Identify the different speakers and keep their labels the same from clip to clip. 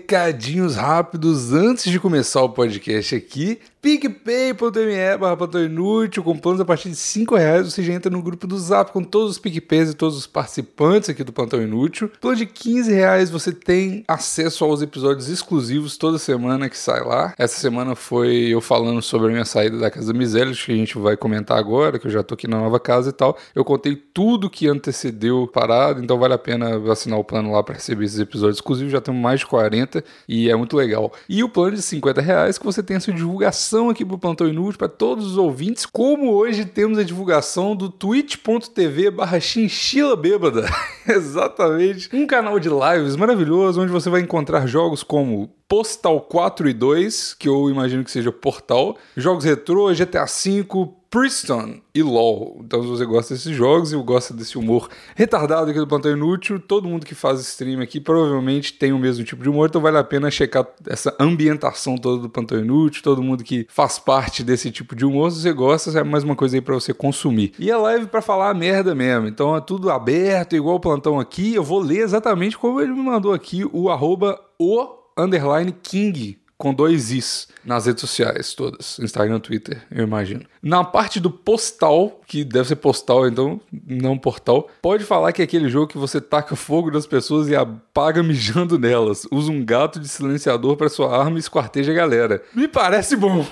Speaker 1: Recadinhos rápidos antes de começar o podcast aqui. PicPay.me barra Plantão Inútil, com planos a partir de 5 reais, você já entra no grupo do Zap com todos os PicPays e todos os participantes aqui do Plantão Inútil. Plano de 15 reais, você tem acesso aos episódios exclusivos toda semana que sai lá. Essa semana foi eu falando sobre a minha saída da Casa Misélios, é, que a gente vai comentar agora, que eu já tô aqui na nova casa e tal. Eu contei tudo que antecedeu a parada, então vale a pena assinar o plano lá para receber esses episódios exclusivos, já temos mais de 40 e é muito legal. E o plano de 50 reais que você tem a sua divulgação aqui pro Plantão Inútil para todos os ouvintes, como hoje temos a divulgação do twitch.tv barra chinchila bêbada. Exatamente. Um canal de lives maravilhoso, onde você vai encontrar jogos como Postal 4 e 2, que eu imagino que seja Portal, jogos retrô, GTA V, Priston e LOL. Então, se você gosta desses jogos e gosta desse humor retardado aqui do Plantão Inútil, todo mundo que faz stream aqui provavelmente tem o mesmo tipo de humor, então vale a pena checar essa ambientação toda do Plantão Inútil, todo mundo que faz parte desse tipo de humor, se você gosta, é mais uma coisa aí pra você consumir. E é live pra falar a merda mesmo, então é tudo aberto, igual o Plantão aqui, eu vou ler exatamente como ele me mandou aqui, o arroba o underline king com dois is nas redes sociais todas, Instagram, Twitter, eu imagino. Na parte do postal, que deve ser postal, então não portal, pode falar que é aquele jogo que você taca fogo nas pessoas e apaga mijando nelas, usa um gato de silenciador para sua arma e esquarteja a galera. Me parece bom.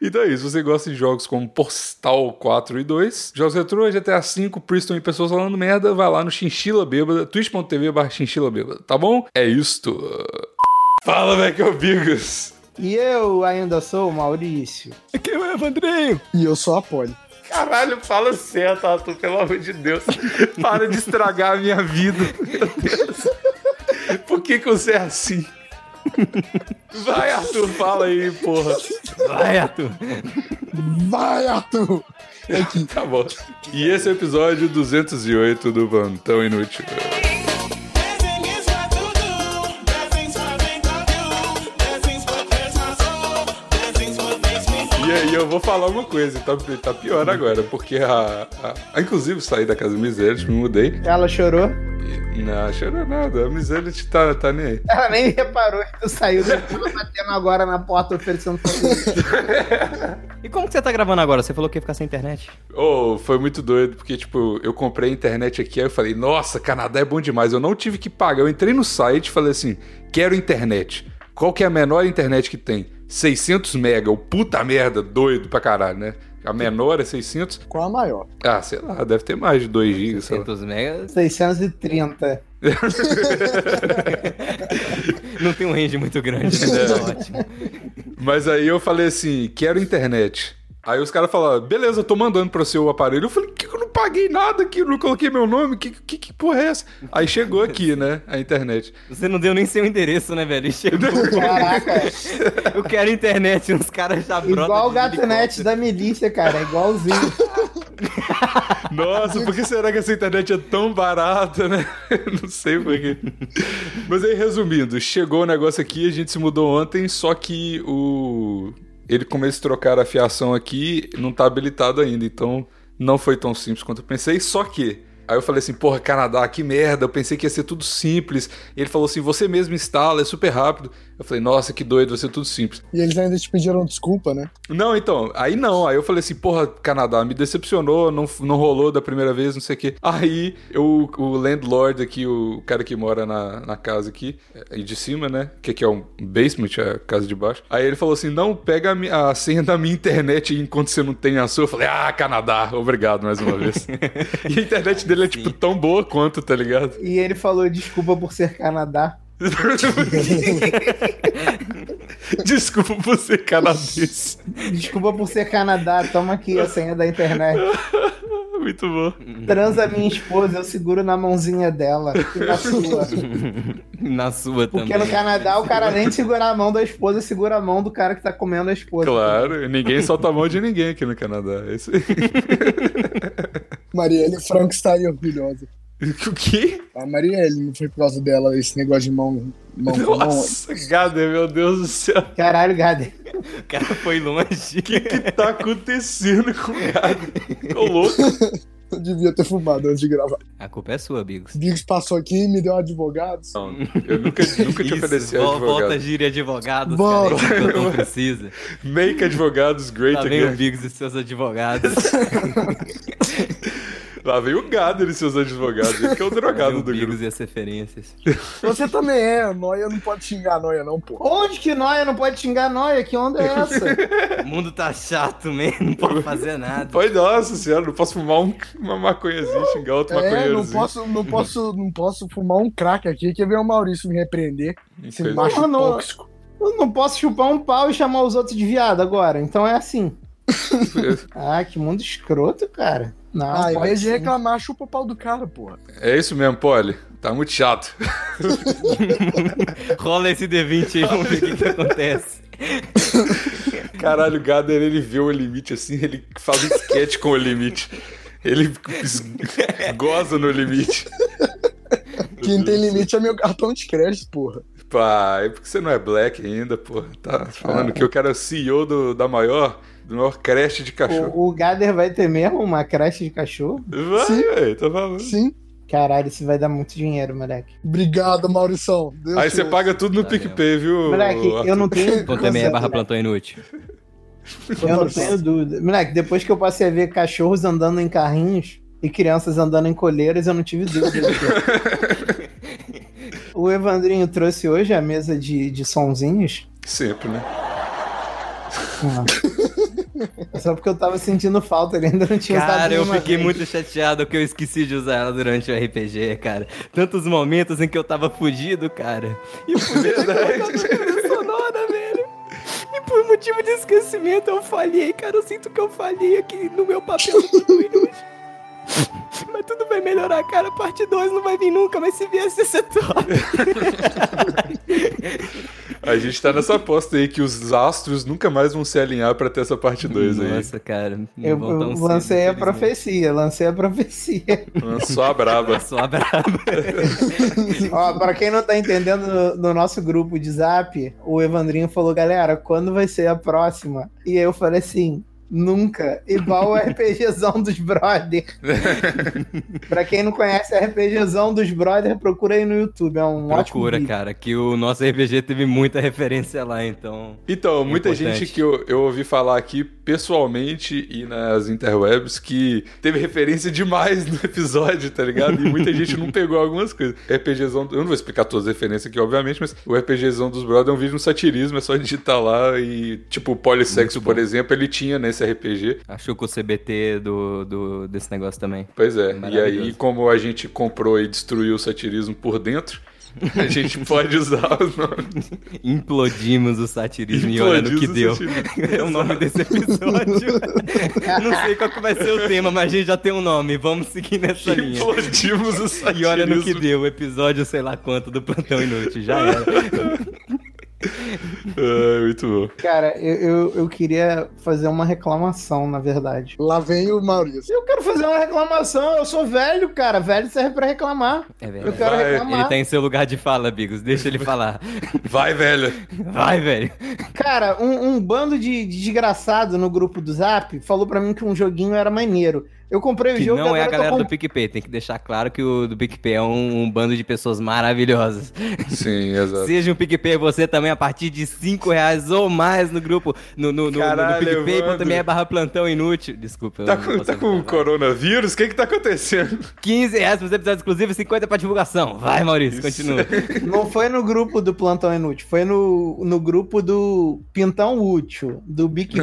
Speaker 1: Então é isso, se você gosta de jogos como Postal 4 e 2, jogos retrô, GTA V, Priston e pessoas falando merda, vai lá no Chinchila Bêbada, twitch.tv barra Chinchila Bêbada, tá bom? É isto. Fala, velho, Bigos.
Speaker 2: E eu ainda sou o Maurício.
Speaker 3: Aqui é o Evandrinho.
Speaker 2: E eu sou a Polly.
Speaker 1: Caralho, fala certo, Arthur, pelo amor de Deus. Para de estragar a minha vida. Meu Deus. Por que que você é assim? Vai, Arthur, fala aí, porra.
Speaker 3: Vai, Arthur. É,
Speaker 2: Vai, Arthur!
Speaker 1: Tá bom. E esse é o episódio 208 do Plantão Inútil. E aí eu vou falar uma coisa, tá, tá pior agora, porque a, a- a- Inclusive, saí da casa do Miserity, me mudei.
Speaker 2: Ela chorou.
Speaker 1: E, não, chorou nada. A Miserity tá, tá nem aí.
Speaker 2: Ela nem reparou que tu saiu do Ela batendo agora na porta oferecendo pra
Speaker 3: E como que você tá gravando agora? Você falou que ia ficar sem internet?
Speaker 1: Oh, foi muito doido, porque, tipo, eu comprei a internet aqui, aí eu falei, nossa, Canadá é bom demais. Eu não tive que pagar. Eu entrei no site e falei assim, quero internet. Qual que é a menor internet que tem? 600 mega, o puta merda, doido pra caralho, né? A menor é 600?
Speaker 2: Qual a maior?
Speaker 1: Ah, sei lá, deve ter mais de 2 GB, sei lá.
Speaker 3: 600 megas.
Speaker 2: 630.
Speaker 3: Não tem um range muito grande. né? Tá ótimo.
Speaker 1: Mas aí eu falei assim, quero internet. Aí os caras falaram, beleza, eu tô mandando pra você o aparelho. Eu falei, que que eu não paguei nada aqui, eu não coloquei meu nome, que, que, que porra é essa? Aí chegou aqui, né, a internet.
Speaker 3: Você não deu nem seu endereço, né, velho? Chegou.
Speaker 2: Caraca,
Speaker 3: Eu quero internet, os caras já brotam.
Speaker 2: igual o
Speaker 3: de
Speaker 2: gatonete
Speaker 3: helicóptero.
Speaker 2: da milícia, cara, é igualzinho.
Speaker 1: Nossa, por que será que essa internet é tão barata, né? Não sei por quê. Mas aí, resumindo, chegou o negócio aqui, a gente se mudou ontem, só que o... Ele começou a trocar a fiação aqui, não tá habilitado ainda, então não foi tão simples quanto eu pensei, só que... Aí eu falei assim, porra, Canadá, que merda, eu pensei que ia ser tudo simples. E ele falou assim, você mesmo instala, é super rápido. Eu falei, nossa, que doido, vai ser tudo simples.
Speaker 4: E eles ainda te pediram desculpa, né?
Speaker 1: Não, então, aí não. Aí eu falei assim, porra, Canadá, me decepcionou, não, não rolou da primeira vez, não sei o quê. Aí eu, o landlord aqui, o cara que mora na, na casa aqui, aí de cima, né? Que aqui é um basement, é a casa de baixo. Aí ele falou assim: não, pega a, mi- a senha da minha internet enquanto você não tem a sua. Eu falei, ah, Canadá, obrigado mais uma vez. e a internet dele é, tipo, tão boa quanto, tá ligado?
Speaker 2: E ele falou desculpa por ser Canadá.
Speaker 1: Desculpa por ser canadense.
Speaker 2: Desculpa por ser Canadá, toma aqui a senha da internet.
Speaker 1: Muito bom.
Speaker 2: Transa minha esposa, eu seguro na mãozinha dela e na sua.
Speaker 3: Na sua
Speaker 2: Porque é
Speaker 3: também.
Speaker 2: no Canadá o cara nem segura a mão da esposa, segura a mão do cara que tá comendo a esposa.
Speaker 1: Claro, ninguém solta a mão de ninguém aqui no Canadá. É Isso aí.
Speaker 4: Marielle Franco estaria orgulhosa.
Speaker 1: O quê?
Speaker 4: A Marielle, não foi por causa dela esse negócio de mão, mão com mão.
Speaker 1: Nossa, Gade, meu Deus do céu.
Speaker 2: Caralho, Gader.
Speaker 3: O cara foi longe.
Speaker 1: tá O que tá acontecendo com o Gade? Tô louco.
Speaker 4: Eu devia ter fumado antes de gravar.
Speaker 3: A culpa é sua, Bigos.
Speaker 4: Biggs passou aqui e me deu um advogado.
Speaker 1: Não, eu nunca, nunca te
Speaker 3: Isso,
Speaker 1: ofereci
Speaker 3: vol- Volta
Speaker 1: advogado.
Speaker 3: gira advogados,
Speaker 4: Bora.
Speaker 3: cara. é isso que eu não precisa.
Speaker 1: Make advogados great
Speaker 3: Lá vem
Speaker 1: again.
Speaker 3: o Biggs e seus advogados.
Speaker 1: Lá vem o gado e seus advogados, ele que é o
Speaker 3: Lá vem
Speaker 1: drogado
Speaker 3: o
Speaker 1: do grupo.
Speaker 3: Biggs e as referências.
Speaker 4: Você também é, noia não pode xingar a noia, não, pô.
Speaker 2: Onde que nóia não pode xingar nóia? Que onda é essa?
Speaker 3: O mundo tá chato, man. Não pode fazer nada.
Speaker 1: Pai, nossa senhora, não posso fumar um- uma maconhazinha e xingar outro
Speaker 4: É,
Speaker 1: maconheiro.
Speaker 4: não posso, não posso, não posso fumar um crack aqui que vem o Maurício me repreender. Esse macho
Speaker 2: Porra, não.
Speaker 4: tóxico.
Speaker 2: Eu não posso chupar um pau e chamar os outros de viado agora. Então é assim. Ah, que mundo escroto, cara. Não,
Speaker 4: Ah, em
Speaker 2: pode
Speaker 4: vez de
Speaker 2: sim.
Speaker 4: reclamar, chupa o pau do cara, porra.
Speaker 1: É isso mesmo, Polly. Tá muito chato.
Speaker 3: Rola esse D20 aí, vamos ver um, o que, que acontece.
Speaker 1: Caralho, o Gader, ele vê o limite assim, ele faz um sketch com o limite. Ele es- goza no limite.
Speaker 4: Quem tem limite é meu cartão de crédito, porra.
Speaker 1: Pai, por que você não é black ainda, porra? Tá
Speaker 4: Ah,
Speaker 1: falando que eu quero CEO do, da maior, do maior creche de cachorro.
Speaker 2: O, o Gader vai ter mesmo uma creche de cachorro?
Speaker 1: Vai,
Speaker 4: Sim.
Speaker 1: velho, tô falando.
Speaker 4: Sim.
Speaker 2: Caralho, isso vai dar muito dinheiro, moleque.
Speaker 4: Obrigado, Maurição. Deus
Speaker 1: Aí
Speaker 4: te
Speaker 1: você
Speaker 4: ouça.
Speaker 1: paga tudo no
Speaker 3: Tá
Speaker 1: PicPay, viu?
Speaker 2: Moleque, eu não tenho.
Speaker 3: Ponto também é barra
Speaker 2: eu
Speaker 3: plantão inútil.
Speaker 2: não tenho dúvida. Moleque, depois que eu passei a ver cachorros andando em carrinhos e crianças andando em coleiras, eu não tive dúvida. o Evandrinho trouxe hoje a mesa de, de sonzinhos.
Speaker 1: Sempre, né?
Speaker 2: Ah. Só porque eu tava sentindo falta, ele ainda não tinha usado
Speaker 3: Cara, eu
Speaker 2: nenhuma
Speaker 3: fiquei
Speaker 2: vez.
Speaker 3: muito chateado que eu esqueci de usar ela durante o RPG, cara. Tantos momentos em que eu tava fudido, cara. E eu fudido com sonora, velho. E por motivo de esquecimento eu falhei, cara. Eu sinto que eu falhei aqui no meu papel de tudo inútil. Mas tudo vai melhorar, cara. Parte 2 não vai vir nunca, mas se vier, você ser top.
Speaker 1: A gente tá nessa aposta aí que os astros nunca mais vão se alinhar pra ter essa parte 2 aí.
Speaker 3: Nossa, cara. não
Speaker 2: Eu,
Speaker 3: vão
Speaker 2: eu
Speaker 3: tão cedo,
Speaker 2: lancei a
Speaker 3: infelizmente.
Speaker 2: profecia, lancei a profecia.
Speaker 1: Lançou a braba.
Speaker 3: Só a braba.
Speaker 2: Ó, pra quem não tá entendendo, no, no nosso grupo de zap, o Evandrinho falou, galera, quando vai ser a próxima? E aí eu falei assim, nunca. Igual o RPGzão dos brother. pra quem não conhece RPGzão dos brother, procura aí no YouTube, é um ótimo
Speaker 3: Procura,
Speaker 2: vídeo.
Speaker 3: cara, que o nosso RPG teve muita referência lá, então.
Speaker 1: Então, muita
Speaker 3: Importante.
Speaker 1: gente que eu, eu ouvi falar aqui pessoalmente e nas interwebs que teve referência demais no episódio, tá ligado? E muita gente não pegou algumas coisas. RPGzão, eu não vou explicar todas as referências aqui, obviamente, mas o RPGzão dos Brothers é um vídeo no satirismo, é só digitar lá e, tipo, o polissexo,
Speaker 3: Muito bom.
Speaker 1: por exemplo, ele tinha nesse RPG.
Speaker 3: Achou que o CBT do, do- desse negócio também.
Speaker 1: Pois é, e
Speaker 3: Maravilhoso.
Speaker 1: aí como a gente comprou e destruiu o satirismo por dentro, a gente pode usar os nomes.
Speaker 3: Implodimos o satirismo e olha no que
Speaker 1: Implodimos o
Speaker 3: deu.
Speaker 1: satirismo.
Speaker 3: É o nome desse episódio. Não sei qual que vai ser o tema, mas a gente já tem um nome. Vamos seguir nessa linha.
Speaker 1: Implodimos o é satirismo.
Speaker 3: E olha no que deu, o episódio sei lá quanto do Plantão Inútil, já era.
Speaker 1: É, muito bom.
Speaker 2: Cara, eu, eu, eu queria fazer uma reclamação, na verdade.
Speaker 4: Lá vem o Maurício.
Speaker 2: Eu quero fazer uma reclamação, eu sou velho, cara. Velho serve pra reclamar.
Speaker 3: É
Speaker 2: Eu
Speaker 3: verdade.
Speaker 2: quero
Speaker 1: Vai.
Speaker 2: reclamar.
Speaker 3: Ele tá em seu lugar de fala, Bigos, deixa ele falar.
Speaker 1: Vai, velho.
Speaker 3: Vai, velho.
Speaker 2: Cara, um, um bando de de desgraçado no grupo do Zap falou pra mim que um joguinho era maneiro. Eu comprei o
Speaker 3: Que
Speaker 2: jogo
Speaker 3: não é a
Speaker 2: agora
Speaker 3: galera
Speaker 2: eu
Speaker 3: do PicPay, tem que deixar claro que o do PicPay é um, um bando de pessoas maravilhosas.
Speaker 1: Sim, exato.
Speaker 3: Seja um PicPay você também a partir de 5 reais ou mais no grupo, no, no, no,
Speaker 1: Caralho,
Speaker 3: no
Speaker 1: Evandro.
Speaker 3: PicPay.me barra plantão inútil. Desculpa. eu
Speaker 1: Tá
Speaker 3: não
Speaker 1: com,
Speaker 3: posso
Speaker 1: tá com
Speaker 3: falar.
Speaker 1: coronavírus? O que que tá acontecendo?
Speaker 3: 15 reais pros episódios exclusivos e 50 pra divulgação. Vai, Maurício,
Speaker 1: Isso.
Speaker 3: continua.
Speaker 2: Não foi no grupo do Plantão Inútil, foi no, no grupo do Pintão Útil, do Big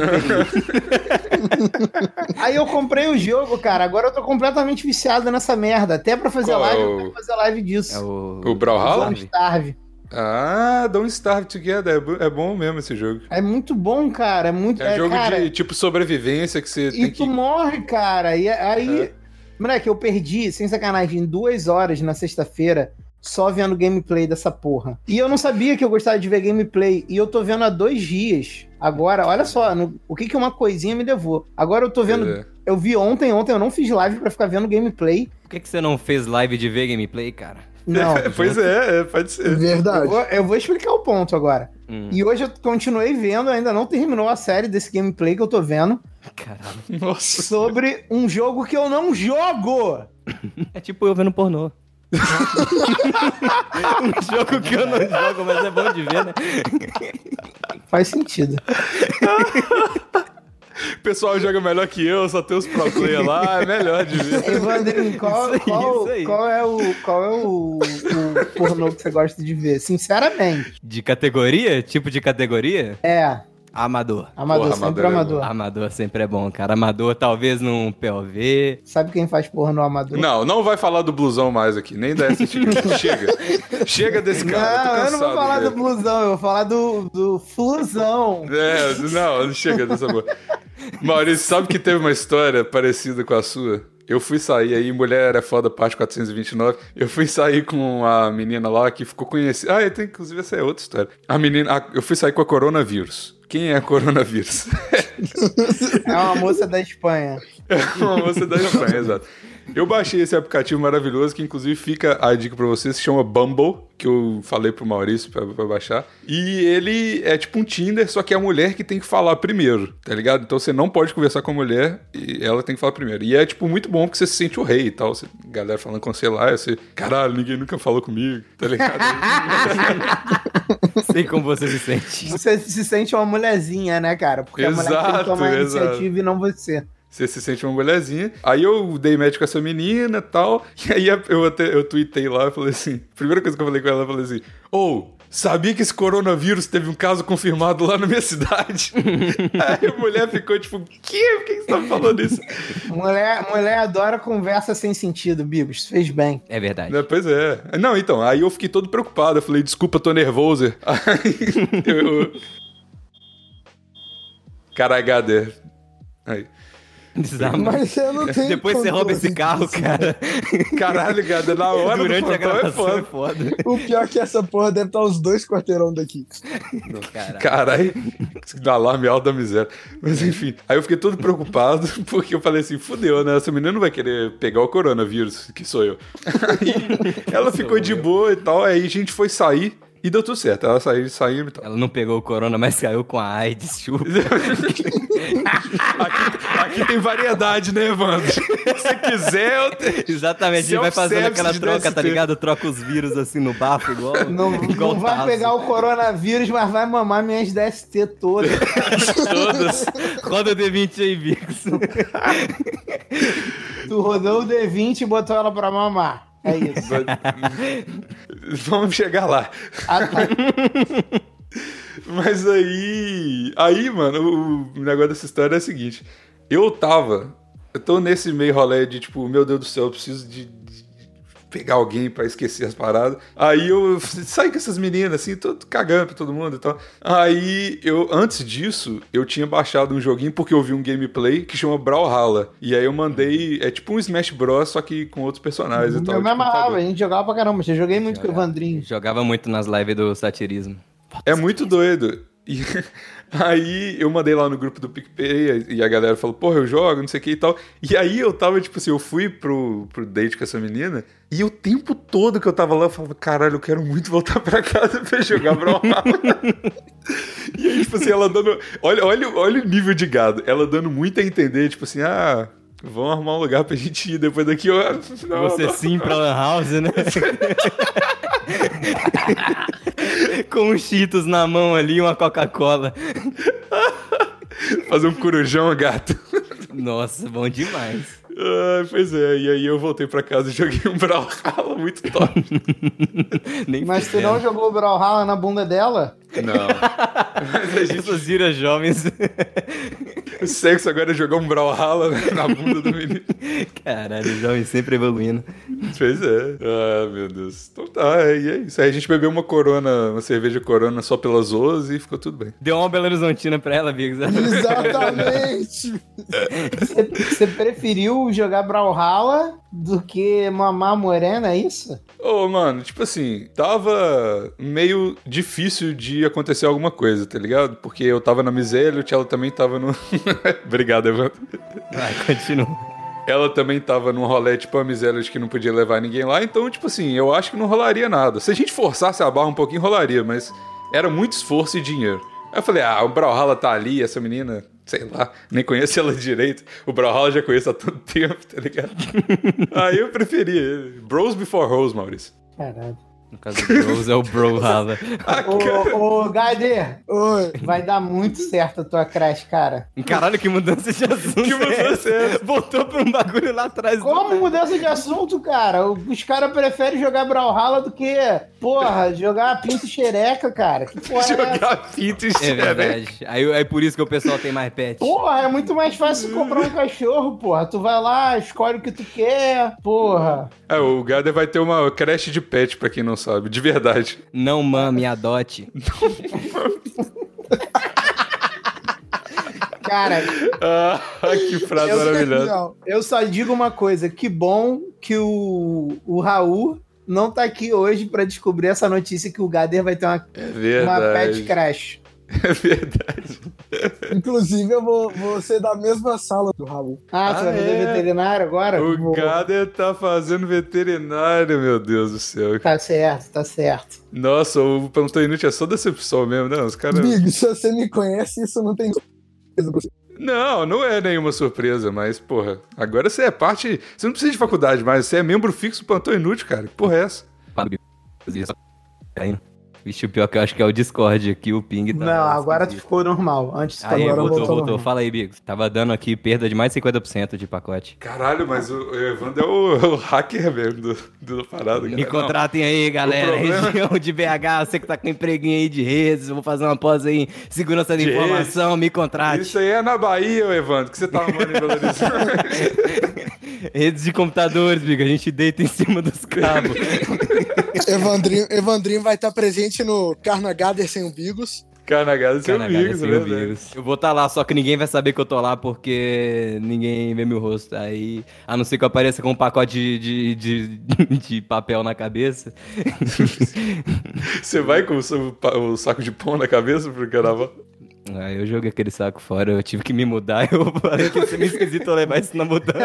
Speaker 2: Aí eu comprei o jogo, cara. Agora eu tô completamente viciado nessa merda. Até pra fazer
Speaker 1: Qual é
Speaker 2: live, eu
Speaker 1: o-
Speaker 2: quero fazer live disso.
Speaker 3: É o...
Speaker 1: O Brawlhalla?
Speaker 3: Sabe?
Speaker 2: Starve.
Speaker 1: Ah, Don't Starve Together. É bo- É bom mesmo esse jogo.
Speaker 2: É muito bom, cara. É muito.
Speaker 1: É, um jogo
Speaker 2: cara,
Speaker 1: de, tipo, sobrevivência que você
Speaker 2: E
Speaker 1: tem
Speaker 2: tu
Speaker 1: que...
Speaker 2: morre, cara. E aí. Moleque, eu perdi, sem sacanagem, duas horas na sexta-feira só vendo gameplay dessa porra. E eu não sabia que eu gostava de ver gameplay. E eu tô vendo há dois dias. Agora, olha só, no- o que que uma coisinha me levou. Agora eu tô tá vendo.
Speaker 1: É.
Speaker 2: Eu vi ontem, ontem eu não fiz live pra ficar vendo gameplay.
Speaker 3: Por que, que você não fez live de ver gameplay, cara?
Speaker 2: Não.
Speaker 1: Pois é, é, pode ser.
Speaker 2: Eu
Speaker 4: Verdade.
Speaker 2: vou, eu vou explicar o ponto agora.
Speaker 3: Hum.
Speaker 2: E hoje eu continuei vendo, ainda não terminou a série desse gameplay que eu tô vendo.
Speaker 3: Caralho.
Speaker 1: Nossa.
Speaker 2: sobre um jogo que eu não jogo.
Speaker 3: É tipo eu vendo pornô. um jogo que eu não jogo, mas é bom de ver, né?
Speaker 2: Faz sentido.
Speaker 1: O pessoal joga melhor que eu, só tem os pro player lá, é melhor de ver.
Speaker 2: Evandrinho, qual,
Speaker 3: Isso aí,
Speaker 2: qual-
Speaker 3: isso aí.
Speaker 2: qual é, o, qual é o, o pornô que você gosta de ver? Sinceramente.
Speaker 3: De categoria? Tipo de categoria?
Speaker 2: É,
Speaker 3: Amador.
Speaker 2: amador,
Speaker 1: Porra,
Speaker 2: sempre
Speaker 1: amador é
Speaker 2: amador.
Speaker 3: Amador sempre é bom, cara. Amador talvez num POV.
Speaker 2: Sabe quem faz pornô amador?
Speaker 1: Não, não vai falar do blusão mais aqui, nem da STG. Chega. Chega desse cara.
Speaker 2: Não,
Speaker 1: tô
Speaker 2: eu não vou
Speaker 1: cansado
Speaker 2: falar
Speaker 1: dele.
Speaker 2: do blusão, eu vou falar do, do flusão.
Speaker 1: É, não, não chega dessa boa. Maurício, sabe que teve uma história parecida com a sua? Eu fui sair aí, Mulher é Foda, parte 429. Eu fui sair com uma menina lá que ficou conhecida. Ah, e tem, inclusive essa é outra história. A menina, a- eu fui sair com a coronavírus. Quem é a coronavírus?
Speaker 2: É uma moça da Espanha.
Speaker 1: uma moça da Espanha, exato. Eu baixei esse aplicativo maravilhoso, que inclusive fica a dica pra vocês, se chama Bumble, que eu falei pro Maurício pra, pra baixar. E ele é tipo um Tinder, só que é a mulher que tem que falar primeiro, tá ligado? Então você não pode conversar com a mulher e ela tem que falar primeiro. E é tipo muito bom porque você se sente o rei e tal. Você, galera falando com você lá, e você, caralho, ninguém nunca falou comigo, tá ligado?
Speaker 3: Sei como você se sente.
Speaker 2: Você se sente uma mulherzinha, né, cara? Porque a mulher tem que
Speaker 1: Exato,
Speaker 2: tomar a
Speaker 1: exato.
Speaker 2: iniciativa e não você.
Speaker 1: Você se sente uma mulherzinha. Aí eu dei match com essa menina e tal. E aí eu até eu tuitei lá, eu falei assim. a Primeira coisa que eu falei com ela, eu falei assim: Ou, sabia que esse coronavírus teve um caso confirmado lá na minha cidade? aí a mulher ficou tipo: Que? Por que você tá falando isso?
Speaker 2: Mulher, mulher adora conversa sem sentido, Bigos. Fez bem.
Speaker 3: É verdade.
Speaker 1: Né, Pois é. Não, então, aí eu fiquei todo preocupado. Eu falei: Desculpa, eu tô nervoso. Aí eu. eu... Caralho, Gader. Aí.
Speaker 3: Desarma.
Speaker 4: Mas eu não tenho.
Speaker 3: Depois você
Speaker 4: controle
Speaker 3: rouba esse carro,
Speaker 4: disso.
Speaker 3: cara.
Speaker 1: Caralho, Gader, na hora
Speaker 3: Durante
Speaker 1: do
Speaker 3: a
Speaker 1: plantão é
Speaker 3: gravação é
Speaker 1: foda.
Speaker 3: foda.
Speaker 4: O pior é que essa porra deve estar uns dois quarteirão daqui.
Speaker 3: Caralho.
Speaker 1: Caralho, alarme alto da miséria. Mas enfim, aí eu fiquei todo preocupado, porque eu falei assim: fudeu, né? Essa menina não vai querer pegar o coronavírus, que sou eu. Aí ela ficou de
Speaker 3: eu.
Speaker 1: boa e tal, aí a gente foi sair e deu tudo certo. Ela saiu, saímos e tal.
Speaker 3: Ela não pegou o corona, mas caiu com a AIDS, chupa.
Speaker 1: Aqui, aqui tem variedade, né, Evandro? Se quiser, eu te...
Speaker 3: Exatamente,
Speaker 4: é
Speaker 3: a gente vai fazendo aquela
Speaker 1: Self-service de
Speaker 3: troca, tá
Speaker 1: DST.
Speaker 3: ligado? Troca os vírus assim no bafo, igual.
Speaker 2: Não,
Speaker 3: igual
Speaker 2: não vai
Speaker 3: Tazo.
Speaker 2: pegar o coronavírus, mas vai mamar minhas DST todas.
Speaker 3: todas. Roda o D20 aí, Vix.
Speaker 2: tu rodou o D20 e botou ela pra mamar. É isso.
Speaker 1: Vamos chegar lá.
Speaker 2: Ah, tá.
Speaker 1: Mas aí. Aí, mano, o negócio dessa história é o seguinte. Eu tava. Eu tô nesse meio rolê de tipo, meu Deus do céu, eu preciso de, de pegar alguém pra esquecer as paradas. Aí eu saí com essas meninas, assim, todo cagando pra todo mundo e tal. Aí eu, antes disso, eu tinha baixado um joguinho porque eu vi um gameplay que chama Brawlhalla. E aí eu mandei. É tipo um Smash Bros, só que com outros personagens e tal.
Speaker 2: Eu
Speaker 1: de
Speaker 2: me amarrava,
Speaker 1: computador.
Speaker 2: a gente jogava pra caramba. Já joguei muito com o Evandrinho.
Speaker 3: Jogava muito nas lives do satirismo.
Speaker 1: É muito doido. E aí eu mandei lá no grupo do PicPay e a galera falou, porra, eu jogo, não sei o que e tal. E aí eu tava, tipo assim, eu fui pro, pro date com essa menina e o tempo todo que eu tava lá, eu falava, caralho, eu quero muito voltar pra casa pra jogar Brawlhalla. e aí, tipo assim, ela dando... Olha, olha, olha o nível de gado. Ela dando muito a entender, tipo assim, ah... Vão arrumar um lugar pra gente ir depois daqui. Eu, não,
Speaker 3: Você
Speaker 1: não.
Speaker 3: sim pra Lan House, né? com os Cheetos na mão ali e uma Coca-Cola.
Speaker 1: Fazer um corujão, gato.
Speaker 3: Nossa, bom demais.
Speaker 1: Ah, pois é, e aí eu voltei pra casa e joguei um Brawlhalla muito top.
Speaker 3: Nem
Speaker 2: Mas tu não jogou o Brawlhalla na bunda dela?
Speaker 1: Não. Mas a gente,
Speaker 3: Essas giras jovens.
Speaker 1: o sexo agora é jogar um Brawlhalla na bunda do menino.
Speaker 3: Caralho, os jovens sempre evoluindo.
Speaker 1: Pois é. Ah, meu Deus. Então tá, é, e é isso. Aí a gente bebeu uma corona, uma cerveja corona só pelas ruas e ficou tudo bem.
Speaker 3: Deu uma Belo Horizontina pra ela, Biggs.
Speaker 4: Exatamente.
Speaker 2: Você- Você preferiu jogar Brawlhalla do que mamar a morena, é isso?
Speaker 1: Ô, mano, tipo assim, tava meio difícil de acontecer alguma coisa, tá ligado? Porque eu tava na miséria, o Tchelo também tava no. Obrigado, Evandro.
Speaker 3: Vai, continua.
Speaker 1: Ela também tava num rolê tipo a miséria de que não podia levar ninguém lá, então, tipo assim, eu acho que não rolaria nada. Se a gente forçasse a barra um pouquinho, rolaria, mas era muito esforço e dinheiro. Aí eu falei, ah, o Brawlhalla tá ali, essa menina sei lá, nem conheço ela direito. O Brawlhalla já conheço há tanto tempo, tá ligado? Aí eu preferi ele. Bros Before Hoes, Maurício.
Speaker 2: Caralho.
Speaker 3: No caso do Bros, é o Brawlhalla.
Speaker 1: Ah, cara.
Speaker 2: Ô, ô, Gade,
Speaker 4: Oi.
Speaker 2: vai dar muito certo a tua crash, cara.
Speaker 3: Caralho, que mudança de assunto.
Speaker 1: Que mudança é essa?
Speaker 3: Voltou pra um bagulho lá atrás.
Speaker 2: Como mudança de assunto, cara? Os caras preferem jogar Brawlhalla do que, porra, jogar pinto e xereca, cara. Que porra é essa?
Speaker 1: Jogar fita e
Speaker 3: É
Speaker 1: xereca.
Speaker 3: verdade. Aí, aí por isso que o pessoal tem mais pet.
Speaker 2: Porra, é muito mais fácil comprar um cachorro, porra. Tu vai lá, escolhe o que tu quer, porra.
Speaker 1: É, o Gader vai ter uma creche de pet, pra quem não sabe, de verdade.
Speaker 3: Não mame, adote.
Speaker 2: Cara,
Speaker 1: Ah, que frase
Speaker 4: Eu sei que
Speaker 1: maravilhosa.
Speaker 4: não.
Speaker 2: eu só digo uma coisa: que bom que o, o Raul não tá aqui hoje pra descobrir essa notícia que o Gader vai ter uma,
Speaker 1: É
Speaker 2: uma
Speaker 1: verdade.
Speaker 2: pet crash.
Speaker 1: É verdade.
Speaker 4: Inclusive, eu vou, vou ser da mesma sala do Raul.
Speaker 2: Ah,
Speaker 1: Ah,
Speaker 2: tu vai fazer
Speaker 1: é?
Speaker 2: veterinário agora?
Speaker 1: O Gader tá fazendo veterinário, meu Deus do céu.
Speaker 2: Tá certo, tá certo.
Speaker 1: Nossa, o Plantão Inútil é só decepção mesmo, né? Os caras.
Speaker 4: Big, se você me conhece, isso não tem surpresa pra você.
Speaker 1: Não, não é nenhuma surpresa, mas, porra, agora você é parte. Você não precisa de faculdade mais, você é membro fixo do Plantão Inútil, cara. Que Porra, é essa?
Speaker 3: Vixe, o pior que eu acho que é o Discord aqui, o ping tá.
Speaker 2: Não, agora tu ficou normal. Antes tu
Speaker 3: Aí,
Speaker 2: agora
Speaker 3: voltou,
Speaker 2: voltou.
Speaker 3: voltou.
Speaker 2: normal.
Speaker 3: Fala aí, Bigos. Tava dando aqui perda de mais 50% de pacote.
Speaker 1: Caralho, mas o o Evandro é o, o hacker mesmo do, do parada, cara.
Speaker 3: Me contratem aí, galera.
Speaker 1: O problema-
Speaker 3: Região de BH, você que tá com empreguinho aí de redes, eu vou fazer uma pós aí em segurança da
Speaker 1: De
Speaker 3: informação, me
Speaker 1: Não,
Speaker 3: contrate.
Speaker 1: Isso aí é na Bahia, ô Evandro, que você tá amando em Belo Horizonte.
Speaker 3: Redes de computadores, Big, a gente deita em cima dos cabos.
Speaker 4: Evandrinho, Evandrinho vai estar presente no Carnagader sem umbigos.
Speaker 1: Carnagada, seu
Speaker 3: Cara, cara,
Speaker 2: é
Speaker 1: amigo,
Speaker 3: sem
Speaker 1: né?
Speaker 3: o é um vírus. Eu vou estar lá, só que ninguém vai saber que eu tô lá porque ninguém vê meu rosto. Aí, a não ser que eu apareça com um pacote de, de, de, de papel na cabeça.
Speaker 1: Você vai com o, seu pa- o saco de pão na cabeça pro carnaval?
Speaker 3: Aí eu joguei aquele saco fora, eu tive que me mudar. Eu falei que ia ser meio esquisito eu levar isso na mudança.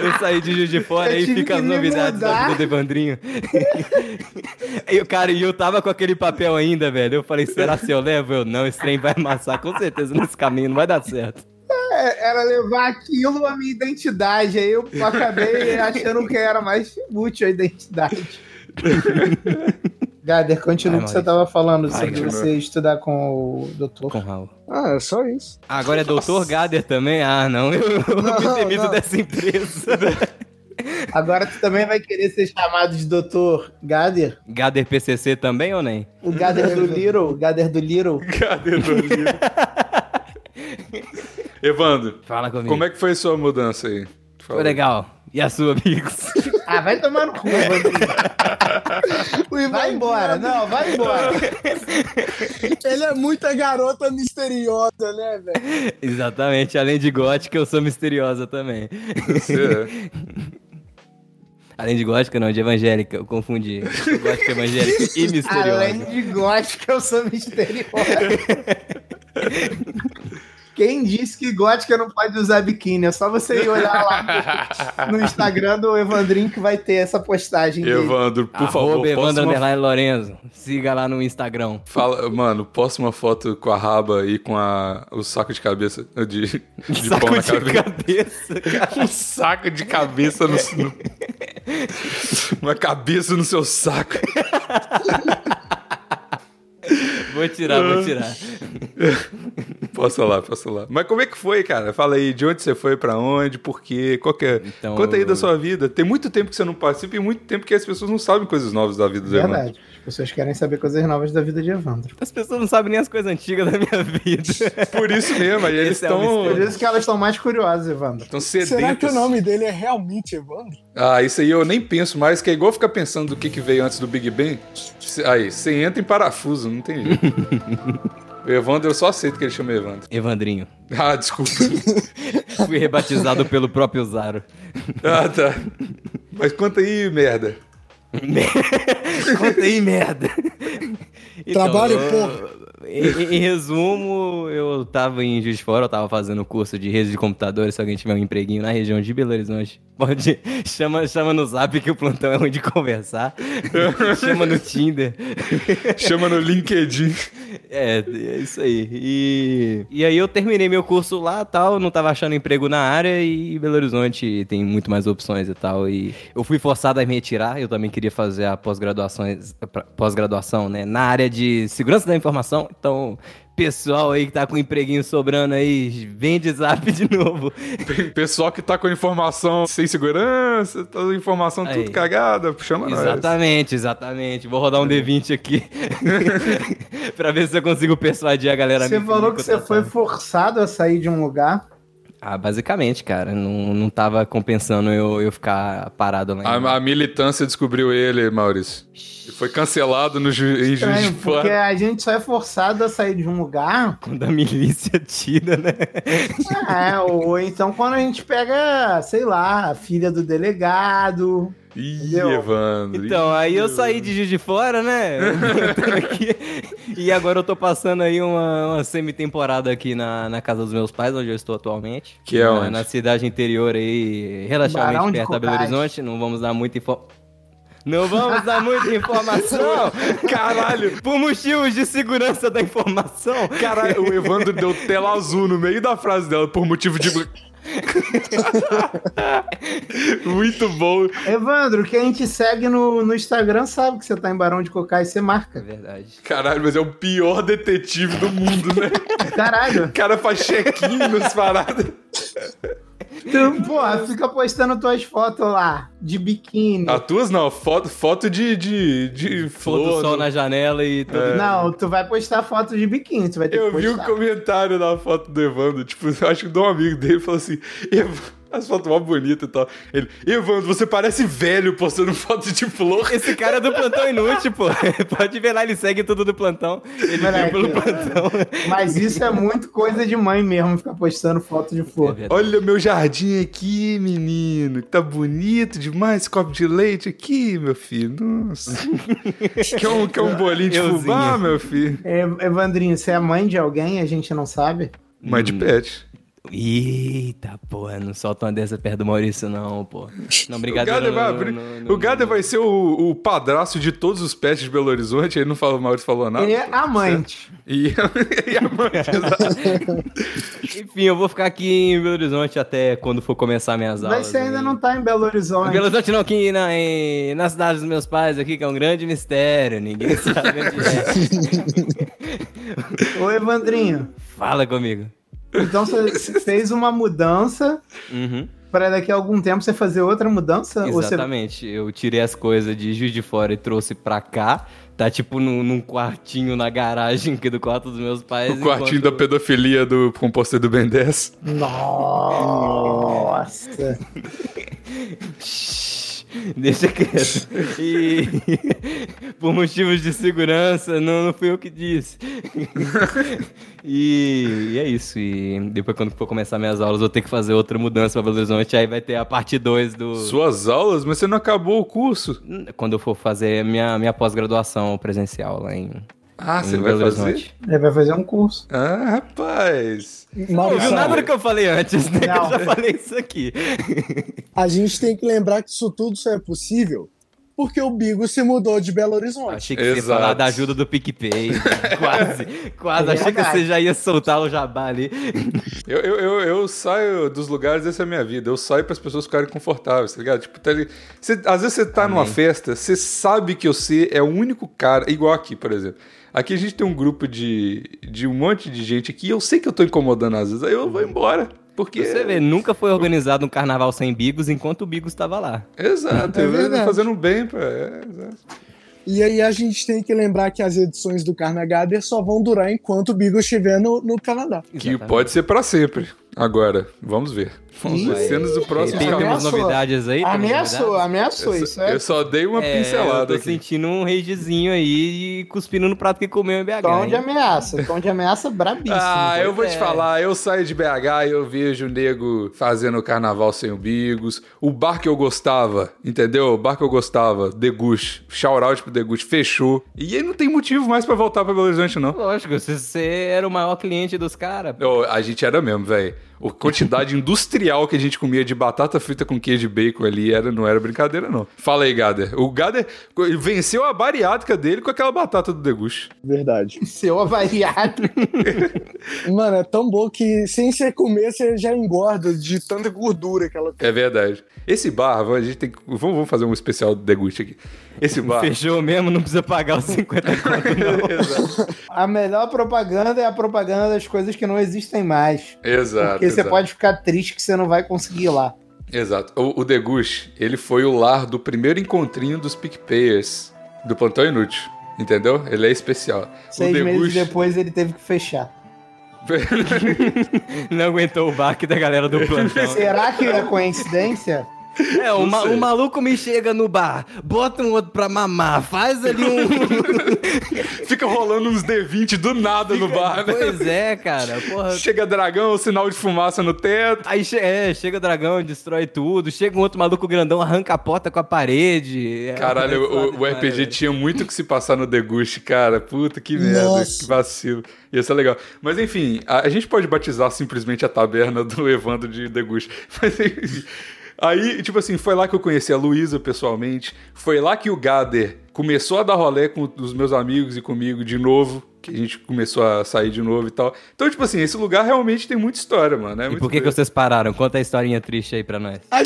Speaker 3: Eu saí de Juiz de Fora
Speaker 2: Eu
Speaker 3: aí
Speaker 2: tive
Speaker 3: fica
Speaker 2: que
Speaker 3: as
Speaker 2: me
Speaker 3: novidades da
Speaker 2: mudar.
Speaker 3: vida do Evandrinho. E o cara, e eu tava com aquele papel ainda, velho. Eu falei, será se eu levo? Eu não, esse trem vai amassar com certeza nesse caminho, não vai dar certo.
Speaker 2: É, Era levar aquilo a minha identidade. Aí eu acabei achando que era mais útil a identidade. Gader, continua o
Speaker 3: Vai,
Speaker 2: que
Speaker 3: Maurício.
Speaker 2: você tava falando
Speaker 3: Vai,
Speaker 2: sobre
Speaker 1: continua.
Speaker 2: você estudar com o doutor.
Speaker 3: Com o Raul.
Speaker 4: Ah, é só isso.
Speaker 3: Ah, Agora é Doutor Gader também? Ah, não, eu, eu me
Speaker 4: Não,
Speaker 3: temido
Speaker 4: não.
Speaker 3: dessa empresa.
Speaker 2: Agora tu também vai querer ser chamado de doutor Gader?
Speaker 3: Gader PCC também ou nem?
Speaker 2: O Gader do Little? O Gader do Little?
Speaker 1: Cadê o livro? Evandro,
Speaker 3: Fala comigo.
Speaker 1: como é que foi sua mudança aí?
Speaker 3: Foi legal. E a sua, amigos?
Speaker 2: Ah, vai tomar no cu, Evandrinho.
Speaker 4: O
Speaker 2: Vai
Speaker 4: Evandrinho,
Speaker 2: embora, não, vai embora.
Speaker 4: Ele é muita garota misteriosa, né, velho?
Speaker 3: Exatamente, além de gótica, eu sou misteriosa também.
Speaker 1: Você é.
Speaker 3: Além de gótica, não, de evangélica, eu confundi. Eu sou Gótica, evangélica e misteriosa.
Speaker 2: Além de gótica, eu sou misteriosa. Quem disse que gótica não pode usar biquíni? É só você ir olhar lá no, no Instagram do Evandrinho que vai ter essa postagem dele.
Speaker 1: é. Evandro, por favor,
Speaker 3: Arroba
Speaker 1: posta
Speaker 3: Evandro
Speaker 1: uma
Speaker 3: Underline Lorenzo. Siga lá no Instagram.
Speaker 1: Fala, mano, posta uma foto com a raba e com a, o saco de cabeça de, de
Speaker 3: Saco
Speaker 1: pão na
Speaker 3: de
Speaker 1: cabeça.
Speaker 3: cabeça, cara.
Speaker 1: Um saco de cabeça no, no- Uma cabeça no seu saco.
Speaker 3: Vou tirar, vou tirar.
Speaker 1: Posta lá, posta lá. Mas como é que foi, cara? Fala aí, de onde você foi, pra onde, por quê, qual que é...
Speaker 3: Então,
Speaker 1: Conta aí
Speaker 3: eu-
Speaker 1: da sua vida. Tem muito tempo que você não participa e muito tempo que as pessoas não sabem coisas novas da vida do Evandro.
Speaker 2: Verdade. As pessoas querem saber coisas novas da vida de Evandro.
Speaker 3: As pessoas não sabem nem as coisas antigas da minha vida.
Speaker 1: Por isso mesmo, aí eles
Speaker 3: Esse é o
Speaker 1: estão...
Speaker 2: Por
Speaker 3: mistério.
Speaker 2: isso que elas estão mais curiosas, Evandro.
Speaker 1: Estão sedentos.
Speaker 4: Será que o nome dele é realmente Evandro?
Speaker 1: Ah, isso aí eu nem penso mais, que é igual ficar pensando do que, que veio antes do Big Bang. Cê- Aí, você entra em parafuso, não tem jeito. o Evandro, eu só aceito que ele chama Evandro.
Speaker 3: Evandrinho.
Speaker 1: Ah, desculpa.
Speaker 3: Fui rebatizado pelo próprio Zaro.
Speaker 1: ah, tá. Mas conta aí, merda.
Speaker 3: Conta aí, merda.
Speaker 4: Trabalho,
Speaker 3: pô. Em, em resumo, eu tava em Juiz de Fora, eu tava fazendo curso de redes de computadores. Se alguém tiver um empreguinho na região de Belo Horizonte, pode. Chama, chama no zap que o plantão é onde conversar. chama no Tinder.
Speaker 1: Chama no LinkedIn.
Speaker 3: É, é isso aí. E, e aí eu terminei meu curso lá tal, não tava achando emprego na área e Belo Horizonte tem muito mais opções e tal. E eu fui forçado a me retirar, eu também queria fazer a pós-graduação, pós-graduação, né, na área de segurança da informação, então... Pessoal aí que tá com empreguinho sobrando aí, vende zap de novo.
Speaker 1: Pessoal que tá com informação sem segurança, tá com informação
Speaker 3: Aí.
Speaker 1: tudo cagada, chama nós.
Speaker 3: Exatamente, exatamente. Vou rodar um D20 aqui pra ver se eu consigo persuadir a galera.
Speaker 2: Você
Speaker 3: a me
Speaker 2: falou que você foi
Speaker 3: contratar.
Speaker 2: forçado a sair de um lugar.
Speaker 3: Ah, basicamente, cara. Não, não tava compensando eu, eu ficar parado lá. em-
Speaker 1: A, a militância descobriu ele, Maurício. E foi cancelado no ju em Juiz de
Speaker 2: Estranho, porque
Speaker 1: Fora.
Speaker 2: a gente só é forçado a sair de um lugar.
Speaker 3: Quando a milícia tira, né?
Speaker 2: É, ou então quando a gente pega, sei lá, a filha do delegado.
Speaker 1: Ih,
Speaker 2: Entendeu?
Speaker 1: Evandro.
Speaker 3: Então, aí eu
Speaker 1: Ih,
Speaker 3: saí de Juiz de Fora, né? Eu tô aqui. E agora eu tô passando aí uma, uma semi-temporada aqui na, na casa dos meus pais, onde eu estou atualmente.
Speaker 1: Que é
Speaker 3: na,
Speaker 1: onde?
Speaker 3: Na cidade interior aí, relativamente
Speaker 2: Barão de
Speaker 3: perto da Belo
Speaker 2: Cocais.
Speaker 3: Horizonte. Não vamos dar muita informação. Não vamos dar muita informação! Caralho! Por motivos de segurança da informação.
Speaker 1: Caralho, o Evandro deu tela azul no meio da frase dela por motivo de. Muito bom.
Speaker 2: Evandro, quem a gente segue no, no Instagram sabe que você tá em Barão de Cocais, você
Speaker 3: É
Speaker 2: marca.
Speaker 3: verdade.
Speaker 1: Caralho, mas é o pior detetive do mundo, né?
Speaker 2: Caralho.
Speaker 1: O cara faz check-in nas paradas.
Speaker 2: Tu, porra, fica postando tuas fotos lá, de biquíni.
Speaker 1: As tuas não, foto, foto de, de, de
Speaker 3: Pôr do
Speaker 1: flor.
Speaker 3: sol
Speaker 1: né?
Speaker 3: na janela e tudo.
Speaker 2: Não, tu vai postar foto de biquíni, tu vai ter
Speaker 1: é. Eu
Speaker 2: que
Speaker 1: vi
Speaker 2: postar.
Speaker 1: um comentário na foto do Evandro, tipo, eu acho que de um amigo dele falou assim, "Ev- as fotos mó bonitas e tal. Ele, Evandro, você parece velho postando foto de flor.
Speaker 3: Esse cara é do plantão inútil, pô. Pode ver lá, ele segue tudo do plantão. Ele veio
Speaker 2: Moleque.
Speaker 3: pelo plantão.
Speaker 2: Mas isso é muito coisa de mãe mesmo, ficar postando foto de
Speaker 3: É
Speaker 2: flor.
Speaker 1: Olha meu jardim aqui, menino. Tá bonito demais esse copo de leite aqui, meu filho. Nossa. quer, um, quer um bolinho de
Speaker 3: Euzinha.
Speaker 1: fubá, meu filho?
Speaker 2: Ev- Evandrinho, você é mãe de alguém? A gente não sabe.
Speaker 1: Mas
Speaker 3: Hum.
Speaker 1: de pet.
Speaker 3: Eita, porra, não solta uma dessa perto do Maurício, não, pô. Não,
Speaker 1: O
Speaker 3: brincadeira.
Speaker 1: Gader vai,
Speaker 3: não,
Speaker 1: abrir-
Speaker 3: não, não,
Speaker 1: o Gader
Speaker 3: não.
Speaker 1: vai ser o, o padrasto de todos os pets de Belo Horizonte. Ele não falou, o Maurício falou nada.
Speaker 2: Ele é amante.
Speaker 1: E, e a mãe, exato.
Speaker 3: Enfim, eu vou ficar aqui em Belo Horizonte até quando for começar minhas aulas.
Speaker 2: Mas você ainda
Speaker 3: né?
Speaker 2: não tá em Belo
Speaker 3: Em
Speaker 2: Horizonte.
Speaker 3: Belo Horizonte não, aqui na, em- na cidade dos meus pais aqui, que é um grande mistério, ninguém sabe onde é.
Speaker 2: Ô, Evandrinho,
Speaker 3: Fala comigo.
Speaker 2: então você você fez uma mudança
Speaker 3: Uhum.
Speaker 2: pra daqui a algum tempo você fazer outra mudança? Ou você-
Speaker 3: Exatamente. Eu tirei as coisas de Juiz de Fora e trouxe pra cá. Tá tipo num, num quartinho na garagem aqui do quarto dos meus pais.
Speaker 1: o quartinho da
Speaker 3: enquanto-
Speaker 1: pedofilia do composto do Ben 10.
Speaker 2: Nossa.
Speaker 3: Shhh, Deixa quieto. E por motivos de segurança, não, não fui eu que disse. E, e é isso. E depois, quando for começar minhas aulas, eu vou ter que fazer outra mudança pra Belo Horizonte. Aí vai ter a parte 2 do.
Speaker 1: Suas aulas? Mas você não acabou o curso.
Speaker 3: Quando eu for fazer minha, minha pós-graduação presencial lá em.
Speaker 1: Ah,
Speaker 3: em
Speaker 1: você vai
Speaker 3: Belo
Speaker 1: fazer?
Speaker 3: Horizonte.
Speaker 2: Ele vai fazer um curso.
Speaker 1: Ah, rapaz.
Speaker 3: Não ouviu
Speaker 4: Maurício,
Speaker 3: nada do que eu falei antes, né? Que eu
Speaker 2: Não.
Speaker 3: já falei isso aqui.
Speaker 4: a gente tem que lembrar que isso tudo só é possível porque o Bigo se mudou de Belo Horizonte.
Speaker 3: Achei que você ia
Speaker 1: Exato.
Speaker 3: falar da ajuda do PicPay. quase, quase. Achei que
Speaker 2: É Verdade.
Speaker 3: você já ia soltar o jabá ali.
Speaker 1: Eu, eu, eu, eu saio dos lugares, essa é a minha vida. Eu saio para as pessoas ficarem confortáveis, tá ligado? Tipo, tá ali- cê- às vezes você tá numa festa, você sabe que você é o único cara, igual aqui, por exemplo. Aqui a gente tem um grupo de, de um monte de gente aqui, eu sei que eu tô incomodando às vezes, aí eu vou embora. Porque.
Speaker 3: Você vê, nunca foi organizado um carnaval sem Bigos enquanto o Bigos estava lá.
Speaker 1: Exato,
Speaker 4: É
Speaker 1: eu tô
Speaker 4: verdade.
Speaker 1: fazendo um bem pra. É, exato.
Speaker 4: E aí a gente tem que lembrar que as edições do Carnagader só vão durar enquanto o Bigo estiver no, no Canadá.
Speaker 1: Que
Speaker 3: Exatamente.
Speaker 1: pode ser pra sempre. Agora, vamos ver. Vamos ver
Speaker 3: Ih,
Speaker 1: cenas do próximo
Speaker 3: Tem,
Speaker 1: capítulo.
Speaker 3: temos
Speaker 2: Ameaçou.
Speaker 3: novidades aí? temos
Speaker 2: Ameaçou,
Speaker 3: novidades?
Speaker 2: ameaçou
Speaker 1: é Eu
Speaker 2: isso.
Speaker 1: só-
Speaker 2: É,
Speaker 1: Eu só dei uma
Speaker 3: É,
Speaker 1: pincelada
Speaker 3: eu tô
Speaker 1: aqui.
Speaker 3: sentindo um ragezinho aí e cuspindo no prato que comeu em BH.
Speaker 2: tom de
Speaker 3: hein?
Speaker 2: ameaça. Tom de ameaça brabíssimo.
Speaker 1: Ah, eu vou
Speaker 3: é.
Speaker 1: te falar, eu saio de BH e eu vejo o nego fazendo carnaval sem o Bigos. O bar que eu gostava, entendeu? O bar que eu gostava, Degush. Shout out pro Degush, fechou. E aí não tem motivo mais pra voltar pra Belo Horizonte, não.
Speaker 3: Lógico, você, você era o maior cliente dos caras.
Speaker 1: Ô, a gente era mesmo, velho. A quantidade industrial que a gente comia de batata frita com queijo e bacon ali era, não era brincadeira, não. Fala aí, Gader. O Gader venceu a bariátrica dele com aquela batata do deguste.
Speaker 4: Verdade.
Speaker 2: Seu avariado.
Speaker 4: Mano, é tão bom que sem você comer, você já engorda de tanta gordura que ela tem.
Speaker 1: É verdade. Esse bar, a gente tem que. Vamos, vamos fazer um especial do deguste aqui. Esse bar.
Speaker 3: Fechou mesmo, não precisa pagar os 50 conto, não.
Speaker 1: exato,
Speaker 2: A melhor propaganda é a propaganda das coisas que não existem mais.
Speaker 1: exato.
Speaker 2: Porque você
Speaker 1: exato.
Speaker 2: pode ficar triste que você não vai conseguir ir lá.
Speaker 1: Exato. O, o Degush, ele foi o lar do primeiro encontrinho dos PicPayers do Plantão Inútil. Entendeu? Ele é especial.
Speaker 2: Seis
Speaker 1: o
Speaker 2: meses
Speaker 1: Degush.
Speaker 2: depois ele teve que fechar.
Speaker 3: Não aguentou o baque da galera do plantão.
Speaker 2: Será que é coincidência?
Speaker 3: É, o,
Speaker 1: Não
Speaker 3: ma-
Speaker 1: sei.
Speaker 3: o maluco me chega no bar, bota um outro pra mamar, faz ali um.
Speaker 1: Fica rolando uns D20 do nada no bar, né?
Speaker 3: pois é, cara. Porra.
Speaker 1: Chega dragão, sinal de fumaça no teto.
Speaker 3: Aí che- é, chega o dragão, destrói tudo. Chega um outro maluco grandão, arranca a porta com a parede. É,
Speaker 1: Caralho,
Speaker 3: é foda
Speaker 1: o, o
Speaker 3: demais,
Speaker 1: RPG
Speaker 3: velho.
Speaker 1: tinha muito que se passar no Degush, cara. Puta que merda,
Speaker 4: Nossa.
Speaker 1: que vacilo. Ia ser legal. Mas enfim, a, a gente pode batizar simplesmente a taberna do Evandro de Degush. Mas enfim. Aí, tipo assim, foi lá que eu conheci a Luísa pessoalmente. Foi lá que o Gader começou a dar rolê com os meus amigos e comigo de novo. Que a gente começou a sair de novo e tal. Então, tipo assim, esse lugar realmente tem muita história, mano. É
Speaker 3: E
Speaker 1: muito
Speaker 3: por que, que
Speaker 1: doido.
Speaker 3: vocês pararam? Conta a historinha triste aí pra nós.
Speaker 4: Ai,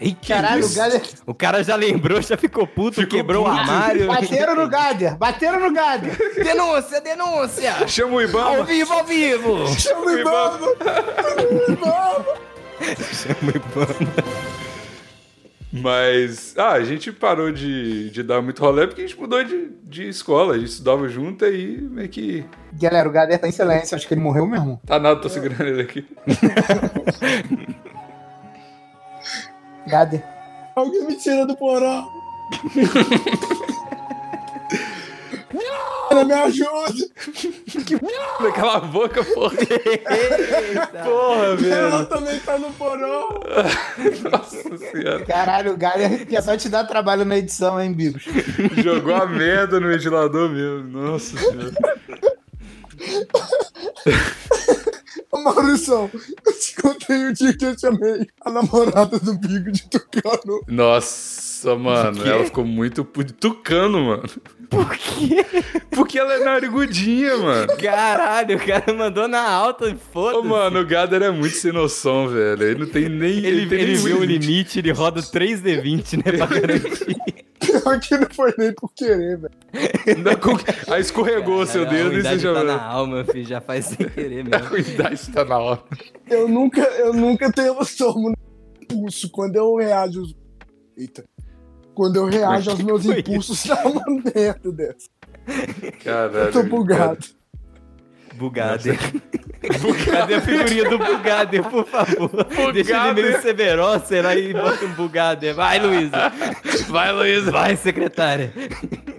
Speaker 3: Ei, que
Speaker 2: Caralho, o
Speaker 3: isso?
Speaker 2: Gader.
Speaker 3: O cara já lembrou, já ficou puto,
Speaker 1: Ficou
Speaker 3: quebrou o
Speaker 1: puto.
Speaker 3: armário.
Speaker 2: Bateram no Gader! Bateram no Gader!
Speaker 3: denúncia, denúncia!
Speaker 1: Chama o
Speaker 3: Ao
Speaker 1: Ibama!
Speaker 3: vivo, ao vivo!
Speaker 1: Chama o Ibama! Mas, ah, a gente parou de, de dar muito rolê porque a gente mudou de, de escola, a gente estudava junto e meio que.
Speaker 2: Galera, o Gader tá em silêncio, acho que ele morreu mesmo.
Speaker 1: Tá nada, tô segurando ele aqui.
Speaker 2: Gader.
Speaker 4: alguém me tira do porão. Cara, me ajuda!
Speaker 1: Cala a boca, porra. porra,
Speaker 4: Ela
Speaker 1: velho.
Speaker 4: também tá no porão!
Speaker 1: Nossa senhora.
Speaker 2: Caralho, o Gader quer só te dar trabalho na edição, hein, Bigos?
Speaker 1: Jogou a merda no ventilador mesmo. Nossa senhora.
Speaker 4: Ô Maurição, eu te contei o dia que eu chamei a namorada do Bigo de Tucano.
Speaker 1: Nossa, mano. Ela ficou muito pu- tucano, mano.
Speaker 3: Por quê?
Speaker 1: Porque ela é narigudinha, mano.
Speaker 3: Caralho, o cara mandou na alta e
Speaker 1: Ô,
Speaker 3: foda-se.
Speaker 1: mano, o Gader é muito sem noção, velho. Ele não tem nem.
Speaker 3: Ele,
Speaker 1: tem
Speaker 3: ele
Speaker 1: nem
Speaker 3: vê o limite, ele roda 3D20, né? Pra garantir.
Speaker 4: Pior que não foi nem por querer, velho.
Speaker 1: Não, com- Aí escorregou o seu
Speaker 3: Caralho, a
Speaker 1: dedo e você
Speaker 3: ruindade
Speaker 1: já.
Speaker 3: tá na né? alma, filho, já faz sem querer
Speaker 1: A
Speaker 3: mesmo.
Speaker 1: ruindade tá na hora.
Speaker 4: Eu nunca, eu nunca tenho tomo impulso quando eu reajo. aos- Eita. Quando eu reajo
Speaker 1: é
Speaker 4: aos meus
Speaker 3: foi
Speaker 4: impulsos, dá uma merda dessa.
Speaker 1: Caralho.
Speaker 4: Eu tô bugado.
Speaker 3: Bugader. Cadê a figurinha do Bugader, por favor? Deixa ele meio Severo, será? E bota um Bugader. Vai, Luísa. Vai, Luísa. Vai, secretária.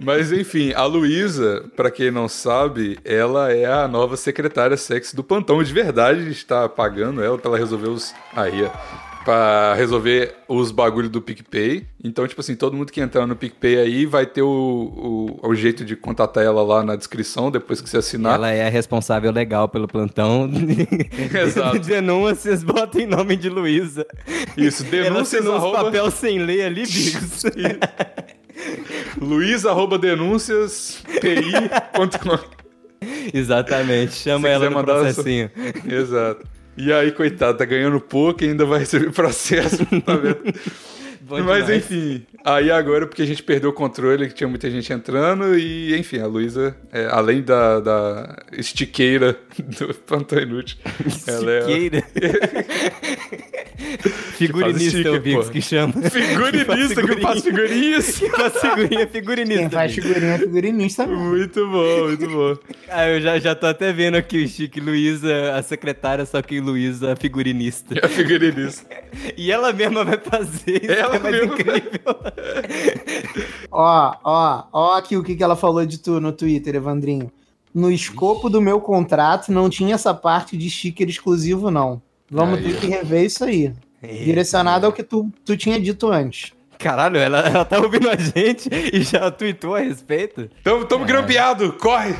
Speaker 1: Mas enfim, a Luísa, pra quem não sabe, ela é a nova secretária sexy do Pantão. De verdade, a gente tá pagando ela pra ela resolver os. Aí, ó. Pra resolver os bagulhos do PicPay. Então, tipo assim, todo mundo que entrar no PicPay aí vai ter o, o, o jeito de contatar ela lá na descrição depois que você assinar.
Speaker 3: Ela é a responsável legal pelo plantão.
Speaker 1: Exato.
Speaker 3: Denúncias, bota em nome de Luísa.
Speaker 1: Isso,
Speaker 3: Ela
Speaker 1: denúncias
Speaker 3: assinou os
Speaker 1: arroba,
Speaker 3: papel sem ler ali, Bigos.
Speaker 1: Luísa arroba denúncias pi.com.
Speaker 3: Exatamente. Chama
Speaker 1: Se
Speaker 3: ela
Speaker 1: quiser
Speaker 3: no
Speaker 1: mandar a sua-
Speaker 3: processinho.
Speaker 1: Exato. E aí, coitado, tá ganhando pouco e ainda vai receber processo, tá vendo?
Speaker 3: Bom
Speaker 1: Mas
Speaker 3: demais.
Speaker 1: enfim, aí agora porque a gente perdeu o controle, que tinha muita gente entrando, e enfim, a Luísa, é, além da, da estiqueira do Pantão Inútil, ela é
Speaker 3: Siqueira. Figurinista é
Speaker 1: estica,
Speaker 3: o Bigos
Speaker 1: pô.
Speaker 3: que chama.
Speaker 1: a figurinista que faz figurinhas.
Speaker 3: Que faz figurinha, figurinista.
Speaker 2: Quem faz
Speaker 3: Bigos.
Speaker 2: figurinha é figurinista. mesmo.
Speaker 1: Muito bom, muito bom.
Speaker 3: Ah, eu já, já tô até vendo aqui o Chique Luísa, a secretária, só que Luísa, a figurinista.
Speaker 1: É a figurinista.
Speaker 3: E ela mesma vai fazer isso,
Speaker 1: Ela
Speaker 3: que é mais
Speaker 1: mesma.
Speaker 3: incrível.
Speaker 2: Ó, ó, ó aqui o que, que ela falou de tu no Twitter, Evandrinho. No escopo do meu contrato não tinha essa parte de sticker exclusivo, não. Vamos
Speaker 1: Aí,
Speaker 2: ter que rever isso aí. Direcionado ao que tu, tu tinha dito antes.
Speaker 3: Caralho, ela, ela tá ouvindo a gente e já tweetou a respeito?
Speaker 1: Tamo, tamo grampeado, corre!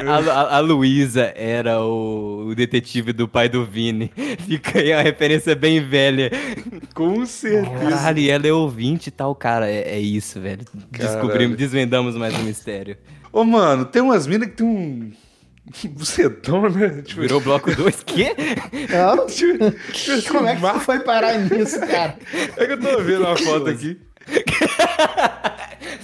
Speaker 3: A, Lu- a- a Luísa era o, o detetive do pai do Vini. Fica aí uma referência bem velha.
Speaker 1: Com certeza.
Speaker 3: Caralho, e ela é ouvinte e tal, cara. É, é isso, velho.
Speaker 1: Caralho.
Speaker 3: Descobrimos, desvendamos mais um mistério.
Speaker 1: Ô, mano, tem umas minas que tem um. um Bucetão, né? Tipo,
Speaker 3: Virou bloco 2, quê?
Speaker 2: Então,
Speaker 1: tipo, tipo,
Speaker 2: como é que tu
Speaker 1: mar-
Speaker 2: foi parar nisso, cara?
Speaker 1: é que eu tô vendo uma foto aqui.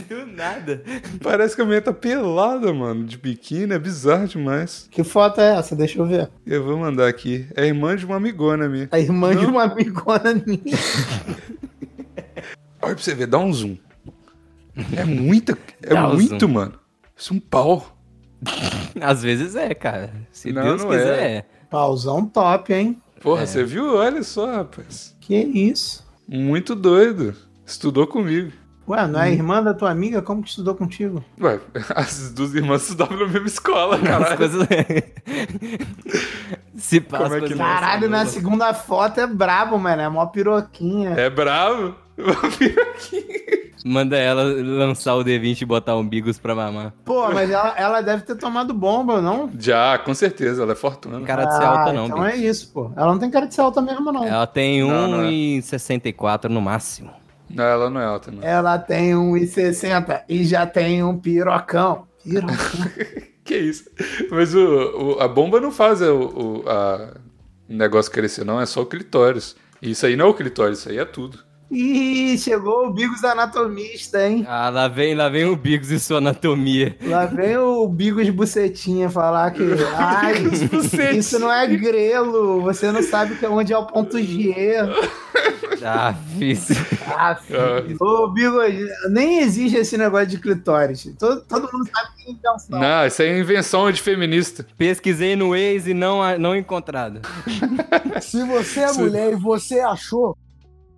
Speaker 3: Do nada.
Speaker 1: Parece que a minha tá pelada, mano, de biquíni. É bizarro demais.
Speaker 2: Que foto é essa? Deixa eu ver.
Speaker 1: Eu vou mandar aqui. É irmã de uma amigona minha.
Speaker 2: A irmã de uma amigona minha.
Speaker 1: Olha pra você ver, dá um zoom. É muita. É
Speaker 3: Dá um
Speaker 1: muito,
Speaker 3: zoom.
Speaker 1: mano. Isso é um pau.
Speaker 3: Às vezes é, cara. Se
Speaker 1: Não,
Speaker 3: Deus
Speaker 1: não
Speaker 3: quiser,
Speaker 1: é.
Speaker 3: é.
Speaker 2: Pausão top, hein?
Speaker 1: Porra, você viu? Olha só, rapaz.
Speaker 2: Que isso?
Speaker 1: Muito doido. Estudou comigo.
Speaker 2: Ué, não é a irmã da tua amiga? Como que estudou contigo?
Speaker 1: Ué, as duas irmãs estudavam na mesma escola,
Speaker 3: As
Speaker 1: caralho.
Speaker 3: coisas. é. Se passa.
Speaker 1: Como é que não?
Speaker 2: Caralho, na segunda foto é brabo, mano. É mó piroquinha.
Speaker 1: É bravo.
Speaker 3: Manda ela lançar o D20 e botar umbigos pra mamar.
Speaker 2: Pô, mas ela, ela deve ter tomado bomba, não?
Speaker 1: Já, com certeza, ela é
Speaker 3: Não tem
Speaker 1: fortuna.
Speaker 3: cara de ser alta, não,
Speaker 2: Então
Speaker 3: bicho.
Speaker 2: é isso, pô. Ela não tem cara de ser alta mesmo, não.
Speaker 3: Ela tem
Speaker 1: Não, não é.
Speaker 3: 1,64 no máximo.
Speaker 1: Não, ela não é alta, não.
Speaker 2: Ela tem um I60 e já tem um pirocão. Pirocão.
Speaker 1: Que isso? Mas o, o- a bomba não faz é, o, o a- o negócio crescer, não. É só o clitóris. E isso aí não é o clitóris, isso aí é tudo.
Speaker 2: Ih, chegou o Bigos Anatomista, hein?
Speaker 3: Ah, lá vem, lá vem o Bigos e sua anatomia.
Speaker 2: Lá vem o Bigos Bucetinha falar que. Ai,
Speaker 1: Bucetinha.
Speaker 2: isso não é grelo. Você não sabe que- onde é o ponto G.
Speaker 3: Ah, fiz.
Speaker 2: Ah,
Speaker 1: É.
Speaker 2: filho. Ô, Bigos, nem existe esse negócio de clitóris. Todo, todo mundo sabe que é invenção.
Speaker 1: Não, isso aí é invenção de feminista.
Speaker 3: Pesquisei no Waze e não, a- não encontrado.
Speaker 4: Se você é mulher e você achou,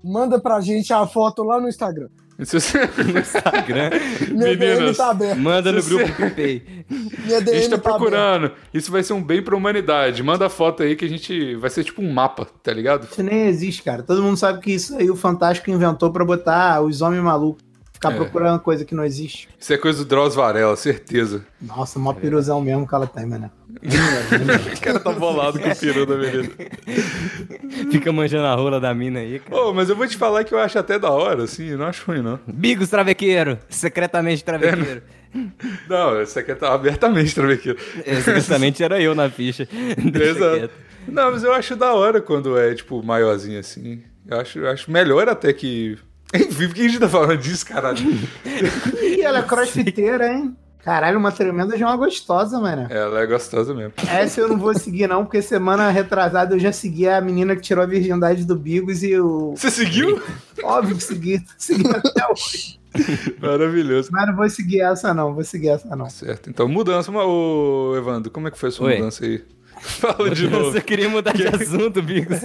Speaker 4: manda pra gente a foto lá no Instagram.
Speaker 1: Isso-
Speaker 3: No Instagram.
Speaker 4: Minha DM
Speaker 1: Meninas.
Speaker 4: tá aberta.
Speaker 3: Manda no
Speaker 1: Se
Speaker 3: grupo PicPay.
Speaker 4: Minha
Speaker 1: A
Speaker 4: DM
Speaker 1: gente tá
Speaker 4: tá aberta.
Speaker 1: procurando. Isso vai ser um bem pra humanidade. Manda a foto aí que a gente. Vai ser tipo um mapa, tá ligado?
Speaker 2: Isso nem existe, cara. Todo mundo sabe que isso aí o Fantástico inventou pra botar os homens malucos. Ficar
Speaker 1: É.
Speaker 2: procurando coisa que não existe.
Speaker 1: Isso é coisa do Drauzio Varela, certeza.
Speaker 2: Nossa,
Speaker 1: É.
Speaker 2: mó piruzão mesmo que ela tem, mano.
Speaker 1: O cara tá bolado com o peru da menina.
Speaker 3: Fica manjando a rola da mina aí, cara.
Speaker 1: Ô, mas eu vou te falar que eu acho até da hora, assim. Não acho ruim, não.
Speaker 3: Bigos travequeiro. Secretamente travequeiro.
Speaker 1: Não, essa aqui tá abertamente travequeiro.
Speaker 3: Exatamente É, era eu na ficha. Deixa
Speaker 1: É. Exato.
Speaker 3: quieto.
Speaker 1: Não, mas eu acho da hora quando é, tipo, maiorzinho assim. Eu acho, eu acho melhor até que. Vivo que a gente tá falando disso, caralho.
Speaker 2: Ih, ela é crossfiteira, hein? Caralho, uma tremenda de uma gostosa, mano.
Speaker 1: Ela é gostosa mesmo.
Speaker 2: Essa eu não vou seguir, não, porque semana retrasada eu já segui a menina que tirou a virgindade do Bigos e o.
Speaker 1: Você seguiu?
Speaker 2: Óbvio que segui. Segui até hoje.
Speaker 1: Maravilhoso.
Speaker 2: Mas não vou seguir essa, não. Vou seguir essa, não.
Speaker 1: Certo. Então, mudança. Mas, Ô, Evandro, como é que foi a sua
Speaker 3: Oi.
Speaker 1: mudança aí? Fala de
Speaker 3: Eu
Speaker 1: novo.
Speaker 3: só queria mudar de assunto, Bigos.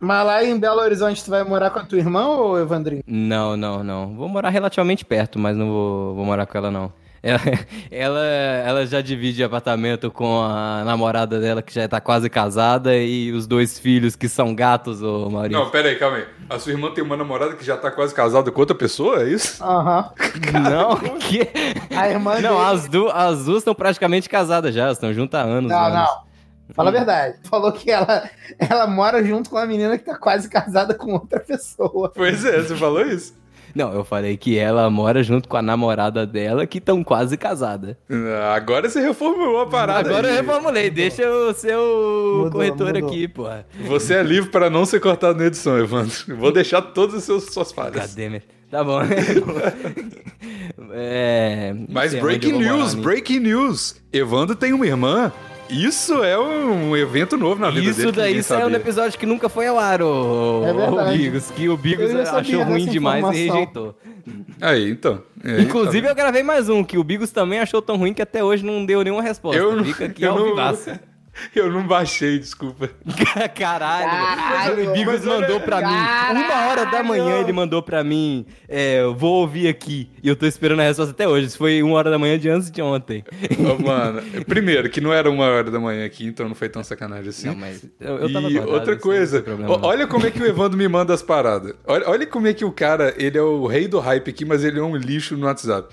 Speaker 2: Mas lá em Belo Horizonte, tu vai morar com a tua irmã ou Evandrinho?
Speaker 3: Não, não, não. Vou morar relativamente perto, mas não vou, vou morar com ela, não. Ela, ela, ela já divide apartamento com a namorada dela, que já tá quase casada, e os dois filhos que são gatos, ô Maurício.
Speaker 1: Não, pera aí, calma aí. A sua irmã tem uma namorada que já tá quase casada com outra pessoa, é isso?
Speaker 2: Aham.
Speaker 3: Não, que...
Speaker 2: A irmã
Speaker 3: Não,
Speaker 2: dele-
Speaker 3: as, du as duas estão praticamente casadas já, estão juntas há anos.
Speaker 2: Não,
Speaker 3: anos.
Speaker 2: não. Fala a
Speaker 1: Hum.
Speaker 2: verdade. Falou que ela, ela mora junto com uma menina que tá quase casada com outra pessoa.
Speaker 1: Pois é, você falou isso.
Speaker 3: Não, eu falei que ela mora junto com a namorada dela, que estão quase casada.
Speaker 1: Ah, Agora você reformulou a parada.
Speaker 3: Agora eu
Speaker 1: aí.
Speaker 3: reformulei, deixa eu ser o
Speaker 2: Mudou,
Speaker 3: corretor
Speaker 2: mudou.
Speaker 3: aqui, porra.
Speaker 1: Você é livre para não ser cortado na edição, Evandro. Vou deixar todas as suas- suas falhas.
Speaker 3: Goddammit. Tá bom. é, não
Speaker 1: Mas
Speaker 3: sei
Speaker 1: breaking
Speaker 3: onde eu vou
Speaker 1: news,
Speaker 3: morar,
Speaker 1: breaking news. Evandro tem uma irmã. Isso é um evento novo na
Speaker 3: né?
Speaker 1: vida dele.
Speaker 3: Isso
Speaker 1: que ninguém
Speaker 3: daí saiu no
Speaker 1: sabia.
Speaker 3: episódio que nunca foi ao ar, ô,
Speaker 2: É verdade.
Speaker 3: ô Bigos, que o Bigos
Speaker 2: Eu já sabia
Speaker 3: achou ruim
Speaker 2: dessa
Speaker 3: demais e
Speaker 2: informação.
Speaker 3: rejeitou.
Speaker 1: Aí, então. É,
Speaker 3: Inclusive,
Speaker 1: então.
Speaker 3: eu gravei mais um, que o Bigos também achou tão ruim que até hoje não deu nenhuma resposta.
Speaker 1: então. eu não,
Speaker 3: Fica aqui
Speaker 1: eu
Speaker 3: ao
Speaker 1: não,
Speaker 3: vivaço.
Speaker 1: eu não baixei, desculpa.
Speaker 3: Caralho,
Speaker 2: Caralho,
Speaker 3: o Bigos
Speaker 1: mas olha-
Speaker 3: mandou pra mim. Uma hora da manhã
Speaker 2: Caralho.
Speaker 3: ele mandou pra mim. É, eu vou ouvir aqui. E eu tô esperando a resposta até hoje. Isso foi uma hora da manhã de antes de ontem.
Speaker 1: Ô, mano, primeiro, que não era uma hora da manhã aqui, então não foi tão sacanagem assim.
Speaker 3: Não, mas eu, eu tava
Speaker 1: e
Speaker 3: acordado,
Speaker 1: outra
Speaker 3: assim,
Speaker 1: coisa,
Speaker 3: não tem problema,
Speaker 1: o-
Speaker 3: não.
Speaker 1: olha como é que o Evandro me manda as paradas. Olha, olha como é que o cara, ele é o rei do hype aqui, mas ele é um lixo no WhatsApp.